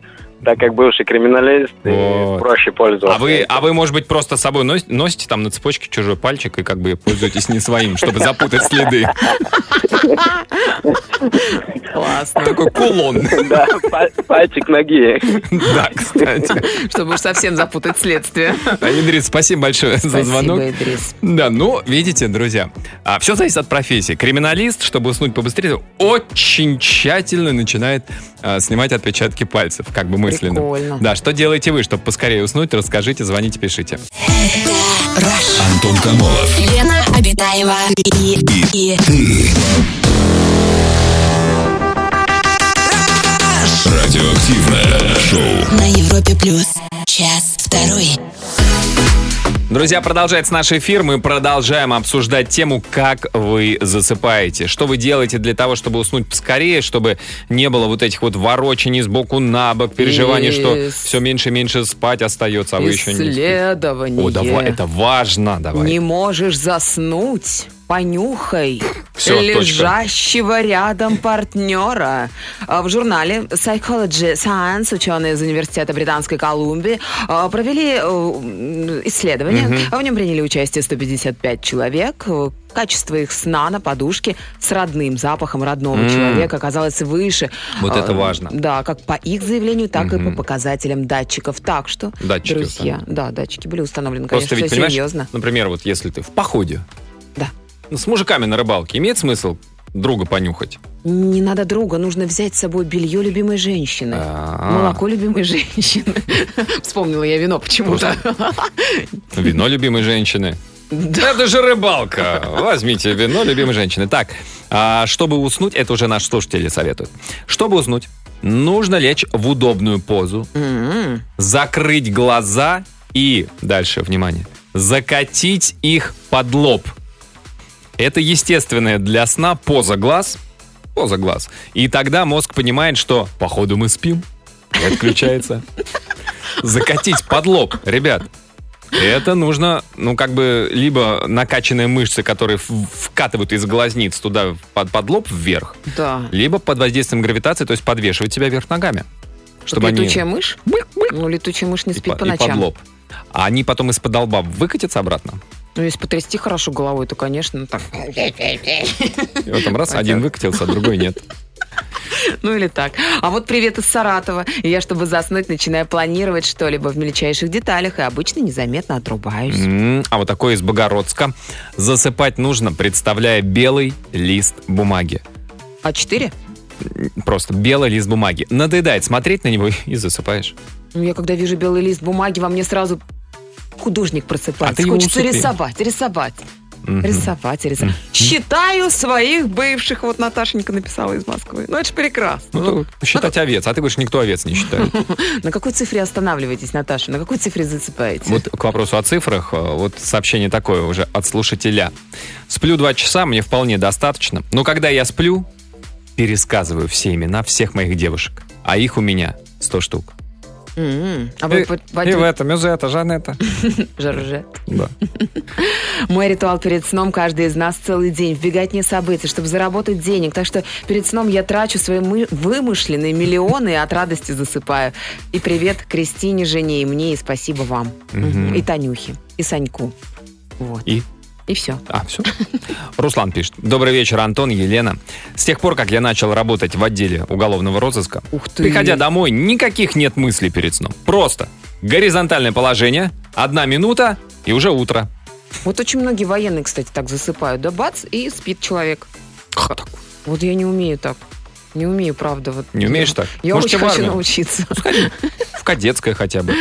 Speaker 11: так как бывший криминалист, и
Speaker 3: Вот.
Speaker 11: проще пользоваться.
Speaker 3: А вы, а вы, может быть, просто с собой нос- носите там на цепочке чужой пальчик и как бы пользуетесь не своим, чтобы запутать следы.
Speaker 4: Классно.
Speaker 3: Такой кулон.
Speaker 6: Да, па- пальчик ноги.
Speaker 3: Да, кстати.
Speaker 4: Чтобы уж совсем запутать следствие.
Speaker 3: А, Идрис, спасибо большое за звонок.
Speaker 4: Спасибо, Идрис.
Speaker 3: Да, ну, видите, друзья, а, все зависит от профессии. Криминалист, чтобы уснуть побыстрее, очень тщательно начинает а, снимать отпечатки пальцев, как бы мысленно.
Speaker 4: Прикольно.
Speaker 3: Да, что делаете вы, чтобы поскорее уснуть, расскажите, звоните, пишите.
Speaker 2: Антон Камолов.
Speaker 1: Лена Обитаева и, и
Speaker 2: Радиоактивное шоу.
Speaker 1: на Европе плюс. Час второй.
Speaker 3: Друзья, продолжается наш эфир. Мы продолжаем обсуждать тему, как вы засыпаете. Что вы делаете для того, чтобы уснуть поскорее, чтобы не было вот этих вот ворочений сбоку на бок, переживаний, что
Speaker 4: И-
Speaker 3: все меньше и меньше спать остается, а вы еще не спите.
Speaker 4: Исследование.
Speaker 3: О, давай, это важно, давай.
Speaker 4: Не можешь заснуть. Понюхай
Speaker 3: Всё, точка.
Speaker 4: лежащего рядом партнера. А В журнале Psychology Science ученые из Университета Британской Колумбии а, провели э, м, исследование. В нем приняли участие 155 человек. Э, Качество их сна на подушке с родным запахом родного
Speaker 3: М.
Speaker 4: человека оказалось выше.
Speaker 3: Вот
Speaker 4: А,
Speaker 3: это важно.
Speaker 4: Да, как по их заявлению, так и по показателям датчиков. Так что,
Speaker 3: Датчики
Speaker 4: друзья,
Speaker 3: установлены.
Speaker 4: да, датчики были установлены,
Speaker 3: Просто
Speaker 4: конечно,
Speaker 3: ведь,
Speaker 4: все
Speaker 3: понимаешь,
Speaker 4: серьезно.
Speaker 3: например, вот если ты в походе,
Speaker 4: Да.
Speaker 3: ну, с мужиками на рыбалке, имеет смысл друга понюхать?
Speaker 4: Не надо друга, нужно взять с собой белье любимой женщины.
Speaker 3: А.
Speaker 4: Молоко любимой женщины. Вспомнила я вино почему-то.
Speaker 3: Вино любимой женщины. Да это же рыбалка. Возьмите вино любимой женщины. Так, а, чтобы уснуть, это уже наши слушатели советуют. Чтобы уснуть, нужно лечь в удобную позу,
Speaker 4: М-м.
Speaker 3: закрыть глаза и, дальше, внимание, закатить их под лоб. Это естественная для сна поза глаз. Поза глаз. И тогда мозг понимает, что, походу, мы спим. И отключается. Закатить под лоб, ребят. Это нужно, ну, как бы, либо накачанные мышцы, которые в- вкатывают из глазниц туда, под, под лоб вверх,
Speaker 4: Да.
Speaker 3: либо под воздействием гравитации, то есть подвешивать тебя вверх ногами. Чтобы они...
Speaker 4: Летучая мышь? Ну, летучая мышь не
Speaker 3: И
Speaker 4: спит
Speaker 3: по-
Speaker 4: по
Speaker 3: Типа, и под
Speaker 4: ночам.
Speaker 3: лоб. А они потом из-под лба выкатятся обратно.
Speaker 4: Ну, если потрясти хорошо головой, то, конечно, так.
Speaker 3: И вот там раз,
Speaker 4: Понятно.
Speaker 3: один выкатился, а другой нет.
Speaker 4: Ну или так. А вот привет из Саратова. И Я, чтобы заснуть, начинаю планировать что-либо в мельчайших деталях и обычно незаметно отрубаюсь.
Speaker 3: М, А вот такой из Богородска. Засыпать нужно, представляя белый лист бумаги.
Speaker 4: А четыре?
Speaker 3: Просто белый лист бумаги. Надоедает смотреть на него и засыпаешь.
Speaker 4: Ну, я когда вижу белый лист бумаги, во мне сразу художник просыпается.
Speaker 3: А ты его
Speaker 4: Хочется
Speaker 3: усыпи.
Speaker 4: рисовать, рисовать,
Speaker 3: Мгм.
Speaker 4: рисовать, рисовать. Считаю своих бывших. Вот Наташенька написала из Москвы. Ну, это же прекрасно.
Speaker 3: Ну, то считать овец. А ты говоришь, никто овец не считает.
Speaker 4: На какой цифре останавливаетесь, Наташа? На какой цифре засыпаете?
Speaker 3: Вот к вопросу о цифрах, э, вот сообщение такое уже от слушателя. Сплю два часа, мне вполне достаточно, но когда я сплю, пересказываю все имена всех моих девушек, а их у меня 100 штук.
Speaker 4: М-м. А
Speaker 3: Э,
Speaker 4: вы под- под-
Speaker 3: этом, и это, Жанетта.
Speaker 4: Жорже.
Speaker 3: Да.
Speaker 4: Мой ритуал перед сном каждый из нас целый день в беготне событий, чтобы заработать денег. Так что перед сном я трачу свои мы- вымышленные миллионы и от радости засыпаю. И привет Кристине, жене и мне, и спасибо вам.
Speaker 3: Мгм.
Speaker 4: И Танюхе, и Саньку. Вот.
Speaker 3: И?
Speaker 4: И все.
Speaker 3: А, все. Руслан пишет. Добрый вечер, Антон, Елена. С тех пор, как я начал работать в отделе уголовного розыска,
Speaker 4: Ух ты.
Speaker 3: приходя домой, никаких нет мыслей перед сном. Просто горизонтальное положение, одна минута и уже утро.
Speaker 4: Вот очень многие военные, кстати, так засыпают. Да бац, и спит человек. Вот я не умею так. Не умею, правда. Вот.
Speaker 3: Не умеешь так?
Speaker 4: Я
Speaker 3: Может,
Speaker 4: очень
Speaker 3: тебе в
Speaker 4: хочу
Speaker 3: армию?
Speaker 4: научиться.
Speaker 3: В кадетское хотя бы.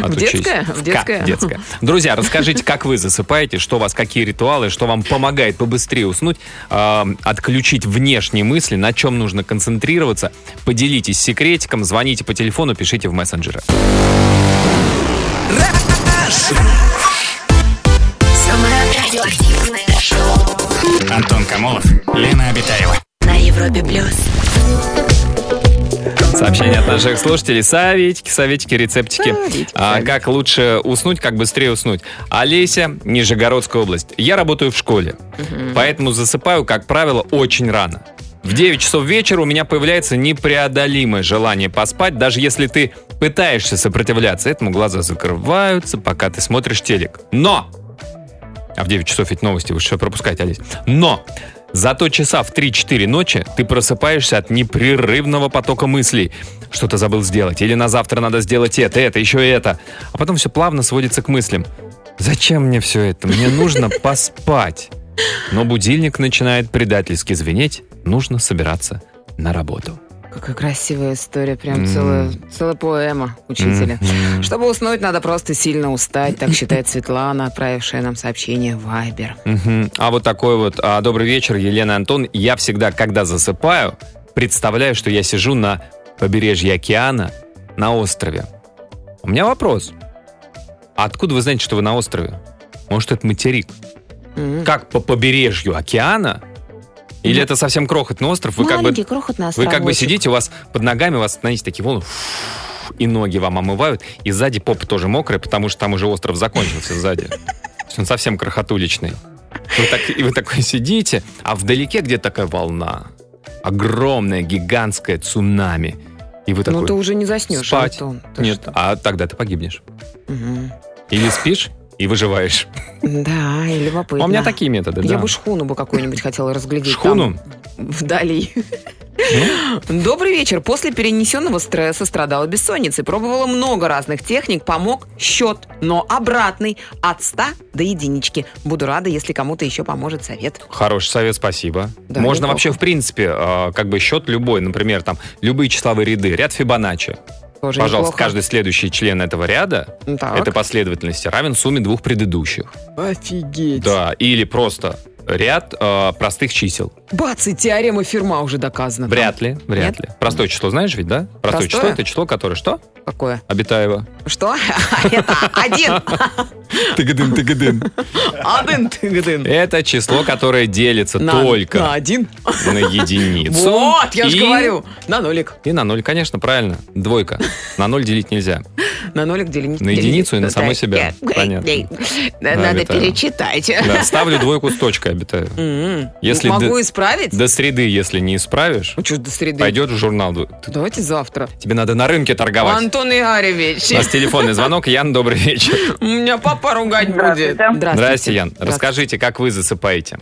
Speaker 3: А Отучись.
Speaker 4: детское? В детское?
Speaker 3: кадетское. Друзья, расскажите, как вы засыпаете, что у вас, какие ритуалы, что вам помогает побыстрее уснуть, э, отключить внешние мысли, на чем нужно концентрироваться. Поделитесь секретиком, звоните по телефону, пишите в мессенджеры.
Speaker 1: Самое радиоактивное шоу
Speaker 5: Антон Камолов, Лена Обитаева.
Speaker 1: на Европе плюс.
Speaker 3: Сообщение от наших слушателей. Советики, советики, рецептики.
Speaker 4: Советики,
Speaker 3: А,
Speaker 4: советики.
Speaker 3: как лучше уснуть, как быстрее уснуть. Олеся, Нижегородская область. Я работаю в школе, поэтому засыпаю, как правило, очень рано. В 9 часов вечера у меня появляется непреодолимое желание поспать, даже если ты пытаешься сопротивляться этому, глаза закрываются, пока ты смотришь телек. Но! А в 9 часов ведь новости, вы что пропускаете, Олесь? Но! Зато часа в 3-4 ночи ты просыпаешься от непрерывного потока мыслей. Что-то забыл сделать, или на завтра надо сделать это, это, еще и это. А потом все плавно сводится к мыслям. Зачем мне все это? Мне нужно поспать. Но будильник начинает предательски звенеть, нужно собираться на работу.
Speaker 4: Какая красивая история, прям
Speaker 3: М.
Speaker 4: целая, целая поэма учителя.
Speaker 3: М, м.
Speaker 4: Чтобы уснуть, надо просто сильно устать, так считает Светлана, отправившая нам сообщение в Viber.
Speaker 3: Мгм. А вот такой вот. а, добрый вечер, Елена и Антон. Я всегда, когда засыпаю, представляю, что я сижу на побережье океана на острове. У меня вопрос. А откуда вы знаете, что вы на острове? Может, это материк?
Speaker 4: М.
Speaker 3: Как по побережью океана? Или это совсем крохотный остров? Вы как бы,
Speaker 4: Маленький, крохотный
Speaker 3: вы как бы
Speaker 4: островочек.
Speaker 3: сидите, у вас под ногами, у вас, знаете, такие волны, фу, и ноги вам омывают, и сзади попа тоже мокрая, потому что там уже остров закончился сзади. То есть он совсем крохотуличный. Вы так, и вы такой сидите, а вдалеке где такая волна. Огромная, гигантская цунами. И вы такой,
Speaker 4: Ну, ты уже не заснешь,
Speaker 3: спать.
Speaker 4: Антон. Ты
Speaker 3: нет,
Speaker 4: что?
Speaker 3: а тогда ты погибнешь.
Speaker 4: Мгм.
Speaker 3: Или спишь и выживаешь.
Speaker 4: Да, и
Speaker 3: А
Speaker 4: любопытно.
Speaker 3: У меня такие методы,
Speaker 4: Я
Speaker 3: да.
Speaker 4: бы шхуну бы какую-нибудь хотела разглядеть.
Speaker 3: Шхуну?
Speaker 4: Там, вдали.
Speaker 3: Ну?
Speaker 4: Добрый вечер. После перенесенного стресса страдала бессонницей. Пробовала много разных техник. Помог счет, но обратный. От 100 до единички. Буду рада, если кому-то еще поможет совет.
Speaker 3: Хороший совет, спасибо.
Speaker 4: Да,
Speaker 3: Можно
Speaker 4: неплохо.
Speaker 3: вообще, в принципе, э, как бы счет любой, например, там, любые числовые ряды, ряд Фибоначчи.
Speaker 4: Тоже
Speaker 3: Пожалуйста,
Speaker 4: неплохо.
Speaker 3: каждый следующий член этого ряда
Speaker 4: Так.
Speaker 3: этой последовательности равен сумме двух предыдущих.
Speaker 4: Офигеть.
Speaker 3: Да, или просто ряд э, простых чисел.
Speaker 4: Бац, и теорема Ферма уже доказана.
Speaker 3: Вряд ли, вряд
Speaker 4: Нет?
Speaker 3: ли. Простое число знаешь ведь, да? Простое,
Speaker 4: Простое?
Speaker 3: число это число, которое что?
Speaker 4: Там Какое?
Speaker 3: Обитаева.
Speaker 4: Что? А Это один.
Speaker 3: Тыгадын, тыгадын.
Speaker 4: Один тыгдын.
Speaker 3: Это число, которое делится
Speaker 4: На- На
Speaker 3: только
Speaker 4: один.
Speaker 3: на единицу.
Speaker 4: Вот, я же
Speaker 3: и-
Speaker 4: говорю. На нолик.
Speaker 3: И на ноль, конечно, правильно. Двойка. На ноль делить нельзя.
Speaker 4: На нолик делить.
Speaker 3: На единицу и на саму себя. Понятно.
Speaker 4: Надо
Speaker 3: обитаем.
Speaker 4: перечитать.
Speaker 3: Да, ставлю двойку с точкой обитаю.
Speaker 4: М.
Speaker 3: Если
Speaker 4: Могу
Speaker 3: д-
Speaker 4: исправить?
Speaker 3: До среды, если не исправишь,
Speaker 4: Ну что, до среды.
Speaker 3: пойдет в журнал. двой-
Speaker 4: Давайте завтра.
Speaker 3: Тебе надо на рынке торговать.
Speaker 4: Антон Игоревич,
Speaker 3: У нас телефонный звонок. Ян, добрый вечер.
Speaker 4: у меня папа ругать будет.
Speaker 7: Здравствуйте.
Speaker 3: Здрасте, Ян. Расскажите, как вы засыпаете?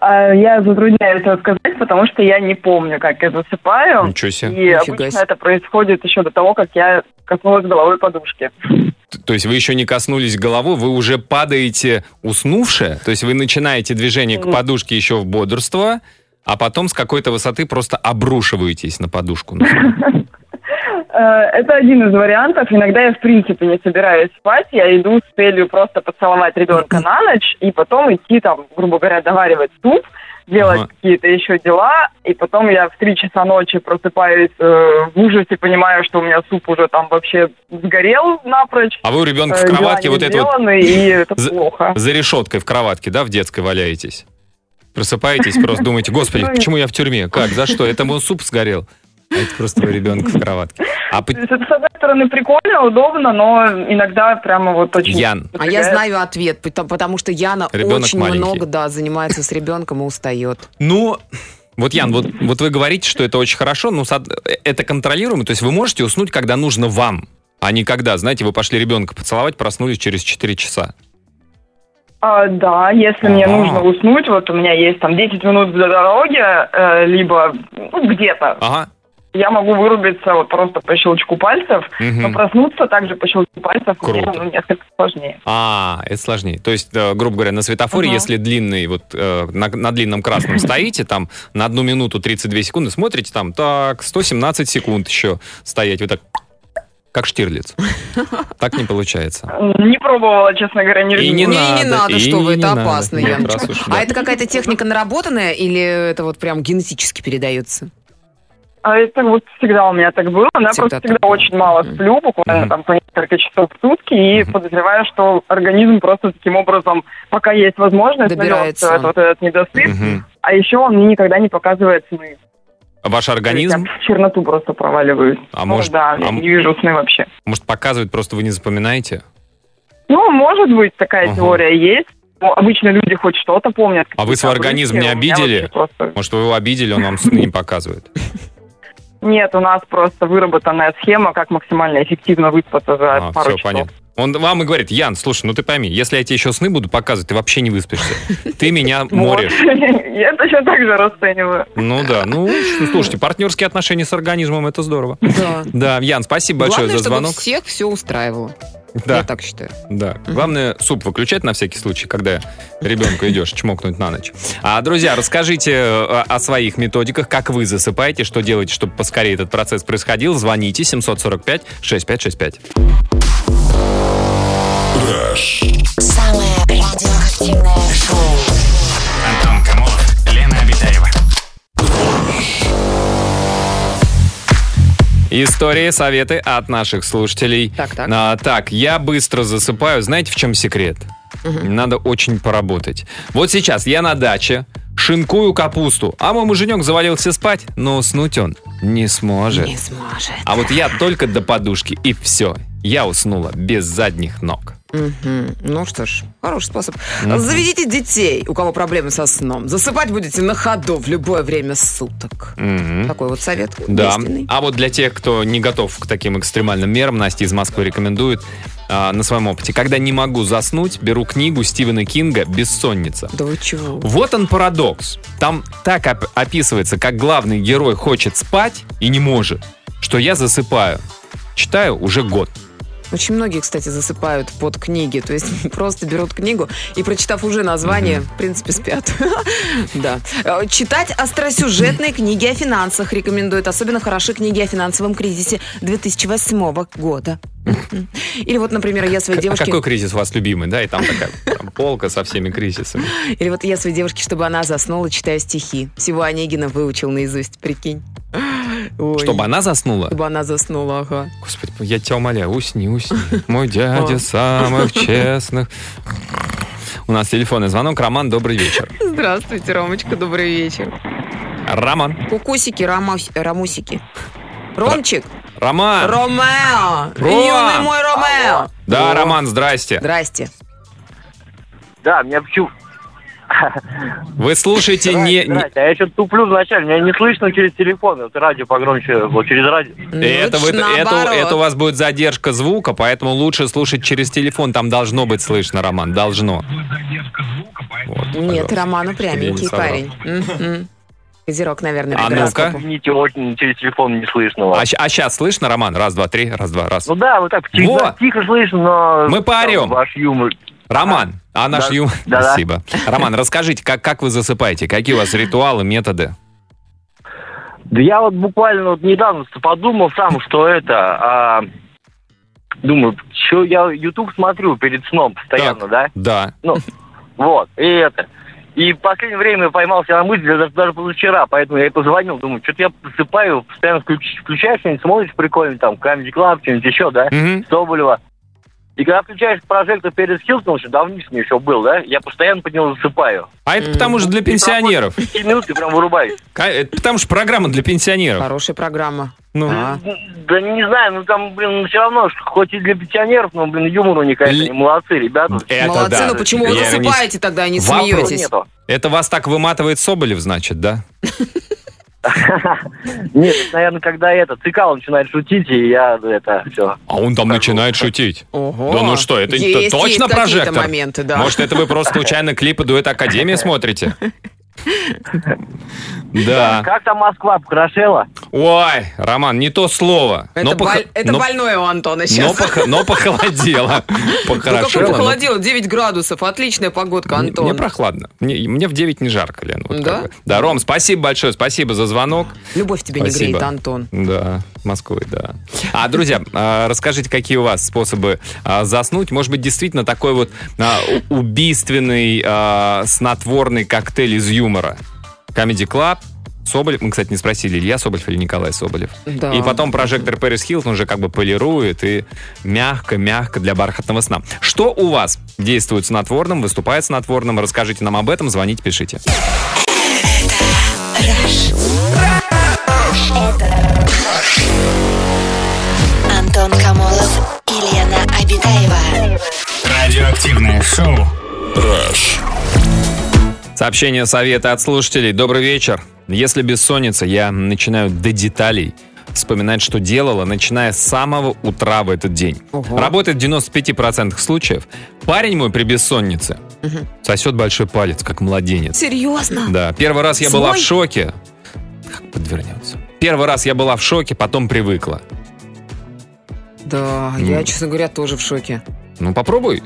Speaker 7: А, Я затрудняюсь рассказать, потому что я не помню, как я засыпаю.
Speaker 3: Ничего себе.
Speaker 7: И
Speaker 4: Нифига
Speaker 7: обычно
Speaker 4: себе.
Speaker 7: это происходит еще до того, как я коснулась головой подушки.
Speaker 3: Т- То есть вы еще не коснулись головы, вы уже падаете уснувшая, то есть вы начинаете движение к
Speaker 7: Мгм.
Speaker 3: подушке еще в бодрство, а потом с какой-то высоты просто обрушиваетесь на подушку. Ну,
Speaker 7: Э, Это один из вариантов. Иногда я в принципе не собираюсь спать. Я иду с целью просто поцеловать ребенка на ночь и потом идти там, грубо говоря, доваривать суп, делать
Speaker 3: Ага.
Speaker 7: какие-то еще дела. И потом я в 3 часа ночи просыпаюсь э, в ужасе, понимаю, что у меня суп уже там вообще сгорел напрочь.
Speaker 3: А вы у ребенка в
Speaker 7: Э, дела
Speaker 3: кроватке
Speaker 7: не
Speaker 3: вот это вот
Speaker 7: сделаны, и это
Speaker 3: за-
Speaker 7: плохо.
Speaker 3: за решеткой в кроватке, да, в детской валяетесь? Просыпаетесь, просто думаете, господи,
Speaker 7: Ну,
Speaker 3: почему я в тюрьме? Как, за что? Это мой суп сгорел. А это просто вы ребенка в кроватке. А по-
Speaker 7: То есть это, с одной стороны, прикольно, удобно, но иногда прямо вот очень...
Speaker 3: Ян,
Speaker 4: А я знаю ответ, пото- потому что Яна
Speaker 3: Ребенок
Speaker 4: очень
Speaker 3: маленький.
Speaker 4: много да, занимается с ребенком и устает.
Speaker 3: Ну, вот, Ян, вот, вот вы говорите, что это очень хорошо, но сад- это контролируемо, то есть вы можете уснуть, когда нужно вам, а не когда, знаете, вы пошли ребенка поцеловать, проснулись через 4 часа.
Speaker 7: А, да, если мне
Speaker 3: Ага.
Speaker 7: нужно уснуть, вот у меня есть там 10 минут до дороги, э, либо ну, где-то,
Speaker 3: Ага.
Speaker 7: я могу вырубиться вот просто по щелчку пальцев,
Speaker 3: мгм.
Speaker 7: но проснуться также по щелчку пальцев
Speaker 3: Круто.
Speaker 7: мне ну, несколько сложнее.
Speaker 3: А, это сложнее. То есть, э, грубо говоря, на светофоре,
Speaker 7: Ага.
Speaker 3: если длинный, вот э, на, на длинном красном стоите, там на одну минуту 32 секунды, смотрите, там так, 117 секунд еще стоять, вот так, как Штирлиц. Так не получается.
Speaker 7: Не пробовала, честно говоря, не
Speaker 3: И не
Speaker 7: рискнула.
Speaker 4: Не, не
Speaker 3: надо,
Speaker 4: надо,
Speaker 3: и
Speaker 4: что вы,
Speaker 3: не
Speaker 4: это
Speaker 3: надо.
Speaker 4: опасно,
Speaker 3: Нет,
Speaker 4: Ян.
Speaker 3: раз уж, да.
Speaker 4: А это какая-то техника наработанная или это вот прям генетически передается?
Speaker 7: А это вот всегда у меня так было. Я
Speaker 4: Всегда
Speaker 7: просто
Speaker 4: так
Speaker 7: всегда
Speaker 4: было.
Speaker 7: очень мало сплю, буквально
Speaker 3: Мгм.
Speaker 7: там по несколько часов в сутки, и подозреваю, что организм просто таким образом, пока есть возможность,
Speaker 4: Добирается.
Speaker 7: наверное, вот этот недосып,
Speaker 3: Мгм.
Speaker 7: а еще он мне никогда не показывает сны.
Speaker 3: Ваш организм
Speaker 7: Я в черноту просто проваливаюсь.
Speaker 3: А
Speaker 7: Ну
Speaker 3: может-
Speaker 7: да,
Speaker 3: а
Speaker 7: я
Speaker 3: м-
Speaker 7: не вижу сны вообще.
Speaker 3: Может, показывает, просто вы не запоминаете?
Speaker 7: Ну, может быть, такая
Speaker 3: Ага.
Speaker 7: теория есть. Ну, обычно люди хоть что-то помнят.
Speaker 3: А вы свой
Speaker 7: какие-то
Speaker 3: организм не
Speaker 7: обрывки. У меня
Speaker 3: обидели?
Speaker 7: вообще просто-
Speaker 3: Может, вы его обидели, он вам сны не показывает?
Speaker 7: Нет, у нас просто выработанная схема, как максимально эффективно выспаться за
Speaker 3: А,
Speaker 7: пару
Speaker 3: все,
Speaker 7: часов.
Speaker 3: понятно. Он вам и говорит, Ян, слушай, ну ты пойми, если я тебе еще сны буду показывать, ты вообще не выспишься. Ты меня
Speaker 7: Вот.
Speaker 3: морешь.
Speaker 7: Я точно так же расцениваю.
Speaker 3: Ну да, ну слушайте, партнерские отношения с организмом, это здорово.
Speaker 4: Да.
Speaker 3: Да, Ян, спасибо большое
Speaker 4: Главное,
Speaker 3: за
Speaker 4: чтобы
Speaker 3: звонок.
Speaker 4: всех все устраивало. Я
Speaker 3: Да,
Speaker 4: так считаю.
Speaker 3: да. Главное, суп выключать на всякий случай, когда ребенку идешь чмокнуть на ночь. А, друзья, расскажите э, о своих методиках, как вы засыпаете, что делаете, чтобы поскорее этот процесс происходил. Звоните 745-6565.
Speaker 1: Самое радиоактивное шоу.
Speaker 5: Антон Камолов, Лена Обитаева.
Speaker 3: Истории, советы от наших слушателей.
Speaker 4: Так, так.
Speaker 3: А, так, я быстро засыпаю. Знаете, в чем секрет? Надо очень поработать. Вот сейчас я на даче, шинкую капусту, а мой муженек завалился спать, но уснуть он не сможет.
Speaker 4: Не сможет.
Speaker 3: А вот я только до подушки, и все. Я уснула без задних ног.
Speaker 4: Мгм. Ну что ж, хороший способ. Заведите детей, у кого проблемы со сном. Засыпать будете на ходу в любое время суток.
Speaker 3: Мгм.
Speaker 4: Такой вот совет
Speaker 3: Да.
Speaker 4: действенный.
Speaker 3: А вот для тех, кто не готов к таким экстремальным мерам, Настя из Москвы рекомендует а, на своем опыте. Когда не могу заснуть, беру книгу Стивена Кинга «Бессонница».
Speaker 4: Да вы чего?
Speaker 3: Вот он парадокс. Там так оп- описывается, как главный герой хочет спать и не может, что я засыпаю. Читаю уже год.
Speaker 4: Очень многие, кстати, засыпают под книги. То есть просто берут книгу и, прочитав уже название, в принципе, спят. Да. Э, Читать остросюжетные книги о финансах рекомендуют. Особенно хороши книги о финансовом кризисе 2008 года. Или вот, например, я своей
Speaker 3: К- а
Speaker 4: девушке...
Speaker 3: какой кризис у вас любимый, да? И там такая там полка со всеми кризисами.
Speaker 4: Или вот я своей девушке, чтобы она заснула, читаю стихи. Всего Онегина выучил наизусть, прикинь. Ой.
Speaker 3: Чтобы она заснула?
Speaker 4: Чтобы она заснула, ага.
Speaker 3: Господи, я тебя умоляю, усни, усни. Мой дядя самых честных. У нас телефонный звонок. Роман, добрый вечер.
Speaker 4: Здравствуйте, Ромочка, добрый вечер.
Speaker 3: Роман.
Speaker 4: Кукусики, рамос- рамусики. Ромчик,
Speaker 3: Роман.
Speaker 4: Ромео,
Speaker 3: Ром!
Speaker 4: юный мой Ромео.
Speaker 3: Да, Роман, здрасте.
Speaker 4: Здрасте.
Speaker 6: Да, меня почему...
Speaker 3: Вы слушаете не... не-
Speaker 6: а я что-то туплю вначале, меня не слышно через телефон, это радио погромче, вот через радио.
Speaker 4: Ну,
Speaker 3: Это, вы-
Speaker 4: лучше
Speaker 3: это,
Speaker 4: наоборот.
Speaker 3: это у вас будет задержка звука, поэтому лучше слушать через телефон. Там должно быть слышно, Роман, должно. Вот,
Speaker 4: Нет,
Speaker 3: пожалуйста.
Speaker 4: Роман
Speaker 3: Я не
Speaker 4: упряменький
Speaker 3: соврал.
Speaker 4: парень. Мгм. Козерог, наверное, по
Speaker 3: А
Speaker 4: гороскопу.
Speaker 3: ну-ка.
Speaker 6: Извините, очень через телефон не слышно вас.
Speaker 3: А, сейчас слышно, Роман? Раз, два, три, раз, два, раз.
Speaker 6: Ну да, вот так
Speaker 3: Во!
Speaker 6: тихо, тихо слышно, но...
Speaker 3: Мы поорем.
Speaker 6: Ваш юмор.
Speaker 3: Роман, а наш
Speaker 6: Да,
Speaker 3: юмор...
Speaker 6: да, да.
Speaker 3: Спасибо. Роман, расскажите, как, как вы засыпаете? Какие у вас ритуалы, методы?
Speaker 6: Да я вот буквально вот недавно подумал сам, что это... а, думаю, что я YouTube смотрю перед сном постоянно, да?
Speaker 3: Да.
Speaker 6: Вот, и это. И в последнее время я поймал себя на мысли, даже, даже позавчера, поэтому я и позвонил, думаю, что-то я засыпаю, постоянно включ- включаешь что-нибудь, смотришь прикольно, там, Comedy Club, что-нибудь еще, да,
Speaker 3: Мгм.
Speaker 6: Соболева. И когда включаешь прожектор перед Хилтоном, что давнишь мне еще был, да, я постоянно под него засыпаю.
Speaker 3: А это потому что для пенсионеров.
Speaker 6: И 10 минут и прям вырубаюсь.
Speaker 3: Ка- Это потому что программа для пенсионеров.
Speaker 4: Хорошая программа.
Speaker 3: Ну.
Speaker 4: А.
Speaker 6: Да не знаю, ну там, блин, все равно, что хоть и для пенсионеров, но, блин, юмор у них, конечно,
Speaker 3: Л- э,
Speaker 6: они молодцы, ребята.
Speaker 3: Это
Speaker 4: Молодцы,
Speaker 3: да.
Speaker 4: но почему вы
Speaker 3: Я не-
Speaker 4: засыпаете тогда, а не
Speaker 3: Вопрос.
Speaker 4: смеетесь?
Speaker 6: Нету.
Speaker 3: Это вас так выматывает Соболев, значит, да?
Speaker 6: Нет, это, наверное, когда это, цикал начинает шутить, и я это все.
Speaker 3: А он там начинает шутить.
Speaker 4: Ого.
Speaker 3: Да ну что, это не-
Speaker 4: Есть,
Speaker 3: точно
Speaker 4: есть какие-то
Speaker 3: прожектор?
Speaker 4: моменты, да.
Speaker 3: Может, это вы просто случайно клипы «Дуэт Академия» смотрите? Да.
Speaker 6: Как там Москва покрашила?
Speaker 3: Ой, Роман, не то слово.
Speaker 4: Это,
Speaker 3: Но пох-
Speaker 4: боль- это
Speaker 3: но-
Speaker 4: больное у Антона
Speaker 3: но
Speaker 4: сейчас.
Speaker 3: пох- Но похолодело.
Speaker 4: Ну, какой
Speaker 3: Похорошело. но-
Speaker 4: похолодело, 9 градусов. Отличная погодка,
Speaker 3: Мне-
Speaker 4: Антон.
Speaker 3: Мне прохладно. Мне мне в 9 не жарко, Лен. вот
Speaker 4: Да?
Speaker 3: как бы. Да, Ром, спасибо большое, спасибо за звонок.
Speaker 4: Любовь тебя не
Speaker 3: Спасибо.
Speaker 4: греет, Антон.
Speaker 3: Да, Москвы, да. А, друзья, а, расскажите, какие у вас способы а, заснуть? Может быть, действительно такой вот а, у- убийственный а, снотворный коктейль из юмора? Comedy Club, Соболев, мы, кстати, не спросили, Илья Соболев или Николай Соболев.
Speaker 4: Да.
Speaker 3: И потом прожектор Пэрис Хилтон уже как бы полирует и мягко-мягко для бархатного сна. Что у вас действует снотворным, выступает снотворным? Расскажите нам об этом, звоните, пишите.
Speaker 1: Антон Камолов и Лена Обитаева.
Speaker 5: Радиоактивное шоу.
Speaker 3: Сообщение совета от слушателей. Добрый вечер. Если бессонница, я начинаю до деталей вспоминать, что делала, начиная с самого утра в этот день.
Speaker 4: Ого.
Speaker 3: Работает в 95% случаев. Парень мой при бессоннице сосет большой палец, как младенец.
Speaker 4: Серьезно?
Speaker 3: Да, первый раз я была в
Speaker 4: Свой?
Speaker 3: шоке. Как подвернется? Первый раз я была в шоке, потом привыкла.
Speaker 4: Да, я, честно говоря, тоже в шоке.
Speaker 3: Ну попробуй,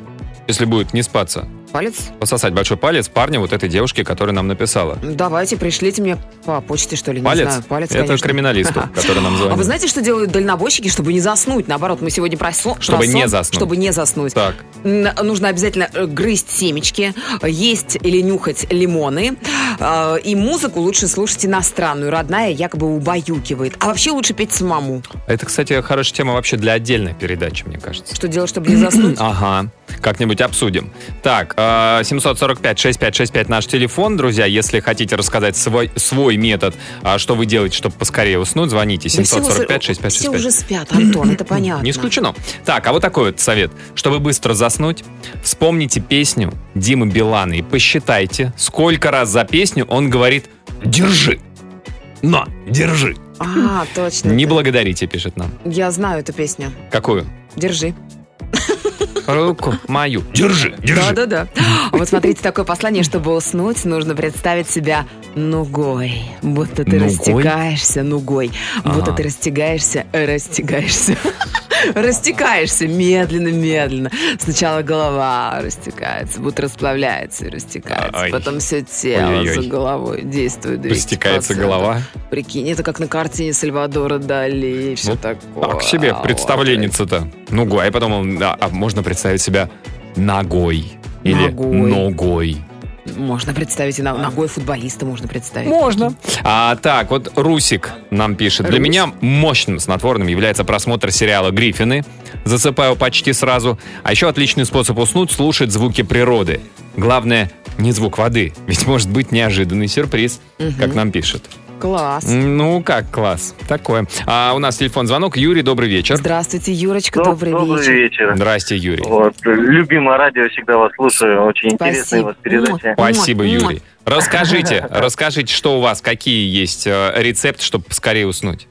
Speaker 3: если будет не спаться,
Speaker 4: Палец?
Speaker 3: пососать большой палец парня вот этой девушки, которая нам написала.
Speaker 4: Ну, Давайте, пришлите мне по почте, что ли, не
Speaker 3: Палец?
Speaker 4: знаю. Палец,
Speaker 3: Это
Speaker 4: конечно.
Speaker 3: криминалисту, который нам звонит.
Speaker 4: А вы знаете, что делают дальнобойщики, чтобы не заснуть? Наоборот, мы сегодня про сон-
Speaker 3: Чтобы
Speaker 4: про сон,
Speaker 3: не заснуть.
Speaker 4: Чтобы не заснуть.
Speaker 3: Так,
Speaker 4: Н- Нужно обязательно э, грызть семечки, э, есть или нюхать лимоны. Э, И музыку лучше слушать иностранную. Родная якобы убаюкивает. А вообще лучше петь самому.
Speaker 3: это, кстати, хорошая тема вообще для отдельной передачи, мне кажется.
Speaker 4: Что делать, чтобы не заснуть?
Speaker 3: Ага, как-нибудь обсудим. Так, э, 745-6565 наш телефон, друзья. Если хотите рассказать свой, свой метод, а, что вы делаете, чтобы поскорее уснуть, звоните
Speaker 4: Да все уже-
Speaker 3: 745-6565.
Speaker 4: Все уже спят, Антон, это понятно.
Speaker 3: Не исключено. Так, а вот такой вот совет. Чтобы быстро заснуть, вспомните песню Димы Билана и посчитайте, сколько раз за песню он говорит «Держи!» «На, держи!»
Speaker 4: А, точно.
Speaker 3: Не благодарите, пишет нам.
Speaker 4: Я знаю эту песню.
Speaker 3: Какую?
Speaker 4: Держи.
Speaker 3: Руку мою. Держи, держи.
Speaker 4: Да-да-да. А Вот смотрите, такое послание, чтобы уснуть, нужно представить себя нугой. Будто ты
Speaker 3: Нугой?
Speaker 4: растекаешься нугой. Будто
Speaker 3: Ага.
Speaker 4: ты растекаешься, э, растекаешься. Растекаешься медленно-медленно. Сначала голова растекается, будто расплавляется и растекается.
Speaker 3: Ай.
Speaker 4: Потом все тело
Speaker 3: Ой-ой-ой.
Speaker 4: за головой действует. 200%.
Speaker 3: Растекается голова.
Speaker 4: Прикинь, это как на картине Сальвадора Дали. Все
Speaker 3: Ну,
Speaker 4: такое.
Speaker 3: Так себе
Speaker 4: А,
Speaker 3: представленница-то. Ну, гой. А потом он, да, а можно представить себя ногой. Или
Speaker 4: Ногой.
Speaker 3: ногой.
Speaker 4: вот. Можно представить, и на- ногой футболиста можно представить.
Speaker 3: Можно. А, так, вот Русик нам пишет. Для
Speaker 4: Рус.
Speaker 3: меня мощным снотворным является просмотр сериала «Гриффины». Засыпаю почти сразу. А еще отличный способ уснуть – слушать звуки природы. Главное – не звук воды, ведь может быть неожиданный сюрприз, как нам пишет.
Speaker 4: Класс.
Speaker 3: Ну, как класс. Такое. А у нас телефон-звонок. Юрий, добрый вечер.
Speaker 4: Здравствуйте, Юрочка,
Speaker 6: Ну,
Speaker 4: добрый, вечер.
Speaker 6: вечер.
Speaker 3: Здрасте, Юрий.
Speaker 6: Вот, любимое радио, всегда вас слушаю. Очень интересные у вас передачи.
Speaker 4: Муа,
Speaker 3: Спасибо,
Speaker 4: муа,
Speaker 3: Юрий. Расскажите, расскажите, что у вас, какие есть э, рецепты, чтобы скорее уснуть.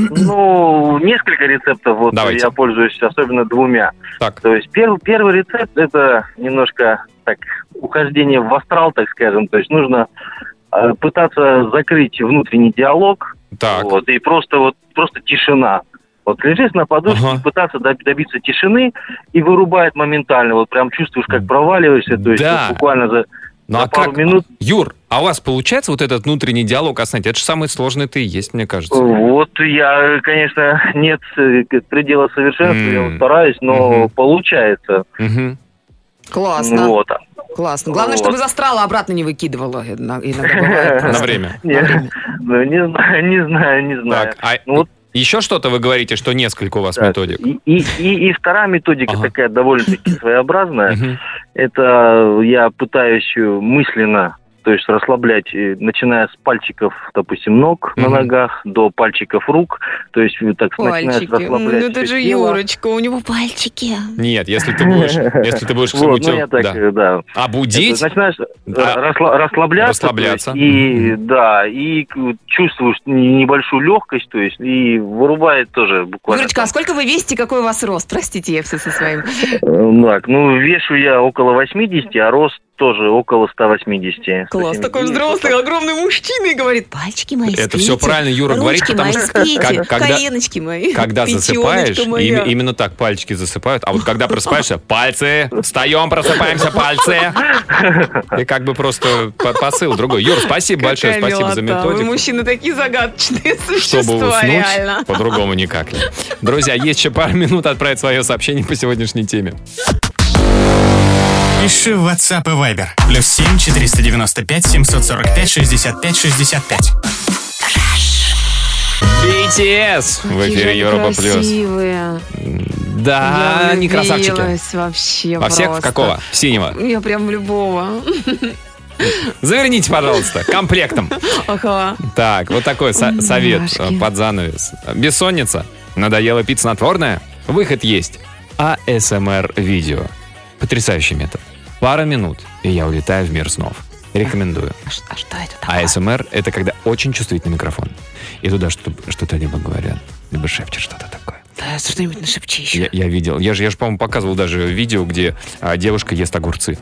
Speaker 6: Ну, несколько рецептов вот
Speaker 3: Давайте.
Speaker 6: я пользуюсь, особенно двумя.
Speaker 3: Так,
Speaker 6: То есть пер- первый рецепт это немножко так ухождение в астрал, так скажем. То есть нужно э, пытаться закрыть внутренний диалог,
Speaker 3: так.
Speaker 6: вот, и просто вот просто тишина. Вот лежишь на подушке,
Speaker 3: Ага.
Speaker 6: и пытаться доб- добиться тишины и вырубает моментально. Вот прям чувствуешь, как проваливаешься, то есть
Speaker 3: Да.
Speaker 6: вот буквально за,
Speaker 3: Ну
Speaker 6: за
Speaker 3: а
Speaker 6: пару
Speaker 3: как?
Speaker 6: минут.
Speaker 3: Юр, а у вас получается вот этот внутренний диалог остановить? Это же самый сложный ты и есть, мне кажется.
Speaker 6: Вот я, конечно, нет э, к- предела совершенства, я
Speaker 3: М.
Speaker 6: вот стараюсь, но
Speaker 3: Мгм.
Speaker 6: получается.
Speaker 3: Мгм.
Speaker 4: Классно,
Speaker 6: Вот.
Speaker 4: классно. Главное,
Speaker 6: Вот.
Speaker 4: чтобы из астрала обратно не выкидывало. Иногда бывает
Speaker 3: На
Speaker 4: просто.
Speaker 3: время.
Speaker 6: Не, ну, не знаю, не знаю, не знаю.
Speaker 3: Так, а
Speaker 6: Ну, вот-
Speaker 3: еще что-то вы говорите, что несколько у вас
Speaker 6: Так,
Speaker 3: методик?
Speaker 6: И, и, и- и вторая методика
Speaker 3: Ага.
Speaker 6: такая довольно-таки своеобразная.
Speaker 3: Мгм.
Speaker 6: Это я пытаюсь э, мысленно, то есть расслаблять, э, начиная с пальчиков, допустим, ног на
Speaker 3: Мгм.
Speaker 6: ногах до пальчиков рук. То есть э, так начинает
Speaker 4: Пальчики. Ну
Speaker 6: расслаблять.
Speaker 4: это
Speaker 6: всё
Speaker 4: же
Speaker 6: тело.
Speaker 4: Юрочка, у него пальчики.
Speaker 3: Нет, если ты будешь, если ты будешь
Speaker 6: Вот, ну
Speaker 3: хомутил-
Speaker 6: я так,
Speaker 3: да.
Speaker 6: э, да.
Speaker 3: А будить?
Speaker 6: Это Начинаешь э,
Speaker 3: Да.
Speaker 6: расла- расслабляться. то
Speaker 3: Расслабляться.
Speaker 6: есть, и да, и к- чувствуешь н- небольшую легкость, то есть, и вырубает тоже буквально.
Speaker 4: Юрочка, а сколько вы весите, какой у вас рост? Простите, я все со своим.
Speaker 6: Э, Так, ну вешу я около 80, а рост тоже около 180.
Speaker 4: Класс,
Speaker 6: 170.
Speaker 4: такой взрослый, огромный мужчина и говорит, пальчики мои,
Speaker 3: Это
Speaker 4: спите,
Speaker 3: все правильно Юра говорит,
Speaker 4: ручки
Speaker 3: потому
Speaker 4: мои,
Speaker 3: что
Speaker 4: спите,
Speaker 3: как- когда-
Speaker 4: коленочки мои,
Speaker 3: когда
Speaker 4: пятёночка
Speaker 3: засыпаешь, им-
Speaker 4: моя».
Speaker 3: именно так пальчики засыпают, а вот когда просыпаешься, пальцы, встаем, просыпаемся, пальцы. И как бы просто по- посыл другой. Юр, спасибо большое,
Speaker 4: Какая
Speaker 3: спасибо за
Speaker 4: милота. Вы,
Speaker 3: методику.
Speaker 4: мужчины такие загадочные
Speaker 3: чтобы
Speaker 4: существа,
Speaker 3: уснуть,
Speaker 4: реально.
Speaker 3: по-другому никак. Друзья, есть еще пару минут отправить свое сообщение по сегодняшней теме.
Speaker 5: Пиши в WhatsApp и Viber. Плюс 7 495 745 65 65.
Speaker 3: BTS в
Speaker 4: Какие же
Speaker 3: эфире
Speaker 4: они
Speaker 3: Европа Плюс.
Speaker 4: красивые.
Speaker 3: Да,
Speaker 4: Я
Speaker 3: А, они красавчики.
Speaker 4: влюбилась вообще
Speaker 3: Во всех
Speaker 4: просто.
Speaker 3: какого? Синего.
Speaker 4: Я прям в любого.
Speaker 3: Заверните, пожалуйста, комплектом.
Speaker 4: Ага.
Speaker 3: Так, вот такой со- совет
Speaker 4: Мурашки.
Speaker 3: э, под занавес. Бессонница? Надоело пить снотворное? Выход есть. А АСМР-видео. Потрясающий метод. Пара минут, и я улетаю в мир снов. Рекомендую.
Speaker 4: А ш- а что это такое?
Speaker 3: АСМР — это когда очень чувствительный микрофон. И туда что- что-то либо говорят, либо шепчет что-то такое.
Speaker 4: Да, что-нибудь нашепчи еще.
Speaker 3: Я, я видел. Я же, я же, по-моему, показывал даже видео, где а, девушка ест огурцы.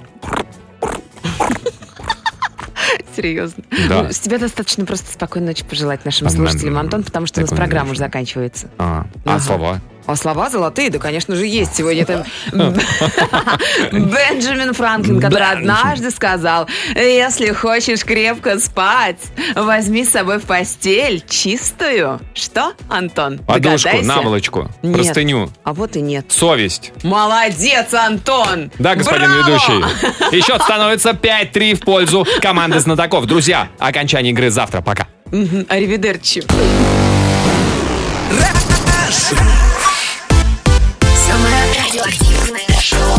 Speaker 4: Серьезно.
Speaker 3: Да.
Speaker 4: Ну, с тебя достаточно просто спокойной ночи пожелать нашим
Speaker 3: Спокойной
Speaker 4: слушателям, Антон, потому что у нас
Speaker 3: спокойной
Speaker 4: программа
Speaker 3: ночи.
Speaker 4: уже заканчивается.
Speaker 3: А, а
Speaker 4: Ага.
Speaker 3: слова?
Speaker 4: А слова золотые, да, конечно же, есть сегодня. Это Бенджамин Франклин, который однажды сказал, если хочешь крепко спать, возьми с собой в постель чистую. Что, Антон?
Speaker 3: Подушку,
Speaker 4: догадайся?
Speaker 3: наволочку,
Speaker 4: Нет.
Speaker 3: простыню,
Speaker 4: А вот и нет.
Speaker 3: совесть.
Speaker 4: Молодец, Антон!
Speaker 3: Да, господин
Speaker 4: Браво!
Speaker 3: ведущий. И счет становится 5-3 в пользу команды знатоков. Друзья, окончание игры завтра. Пока.
Speaker 4: Мгм, Аривидерчи.
Speaker 1: Самое радиоактивное шоу.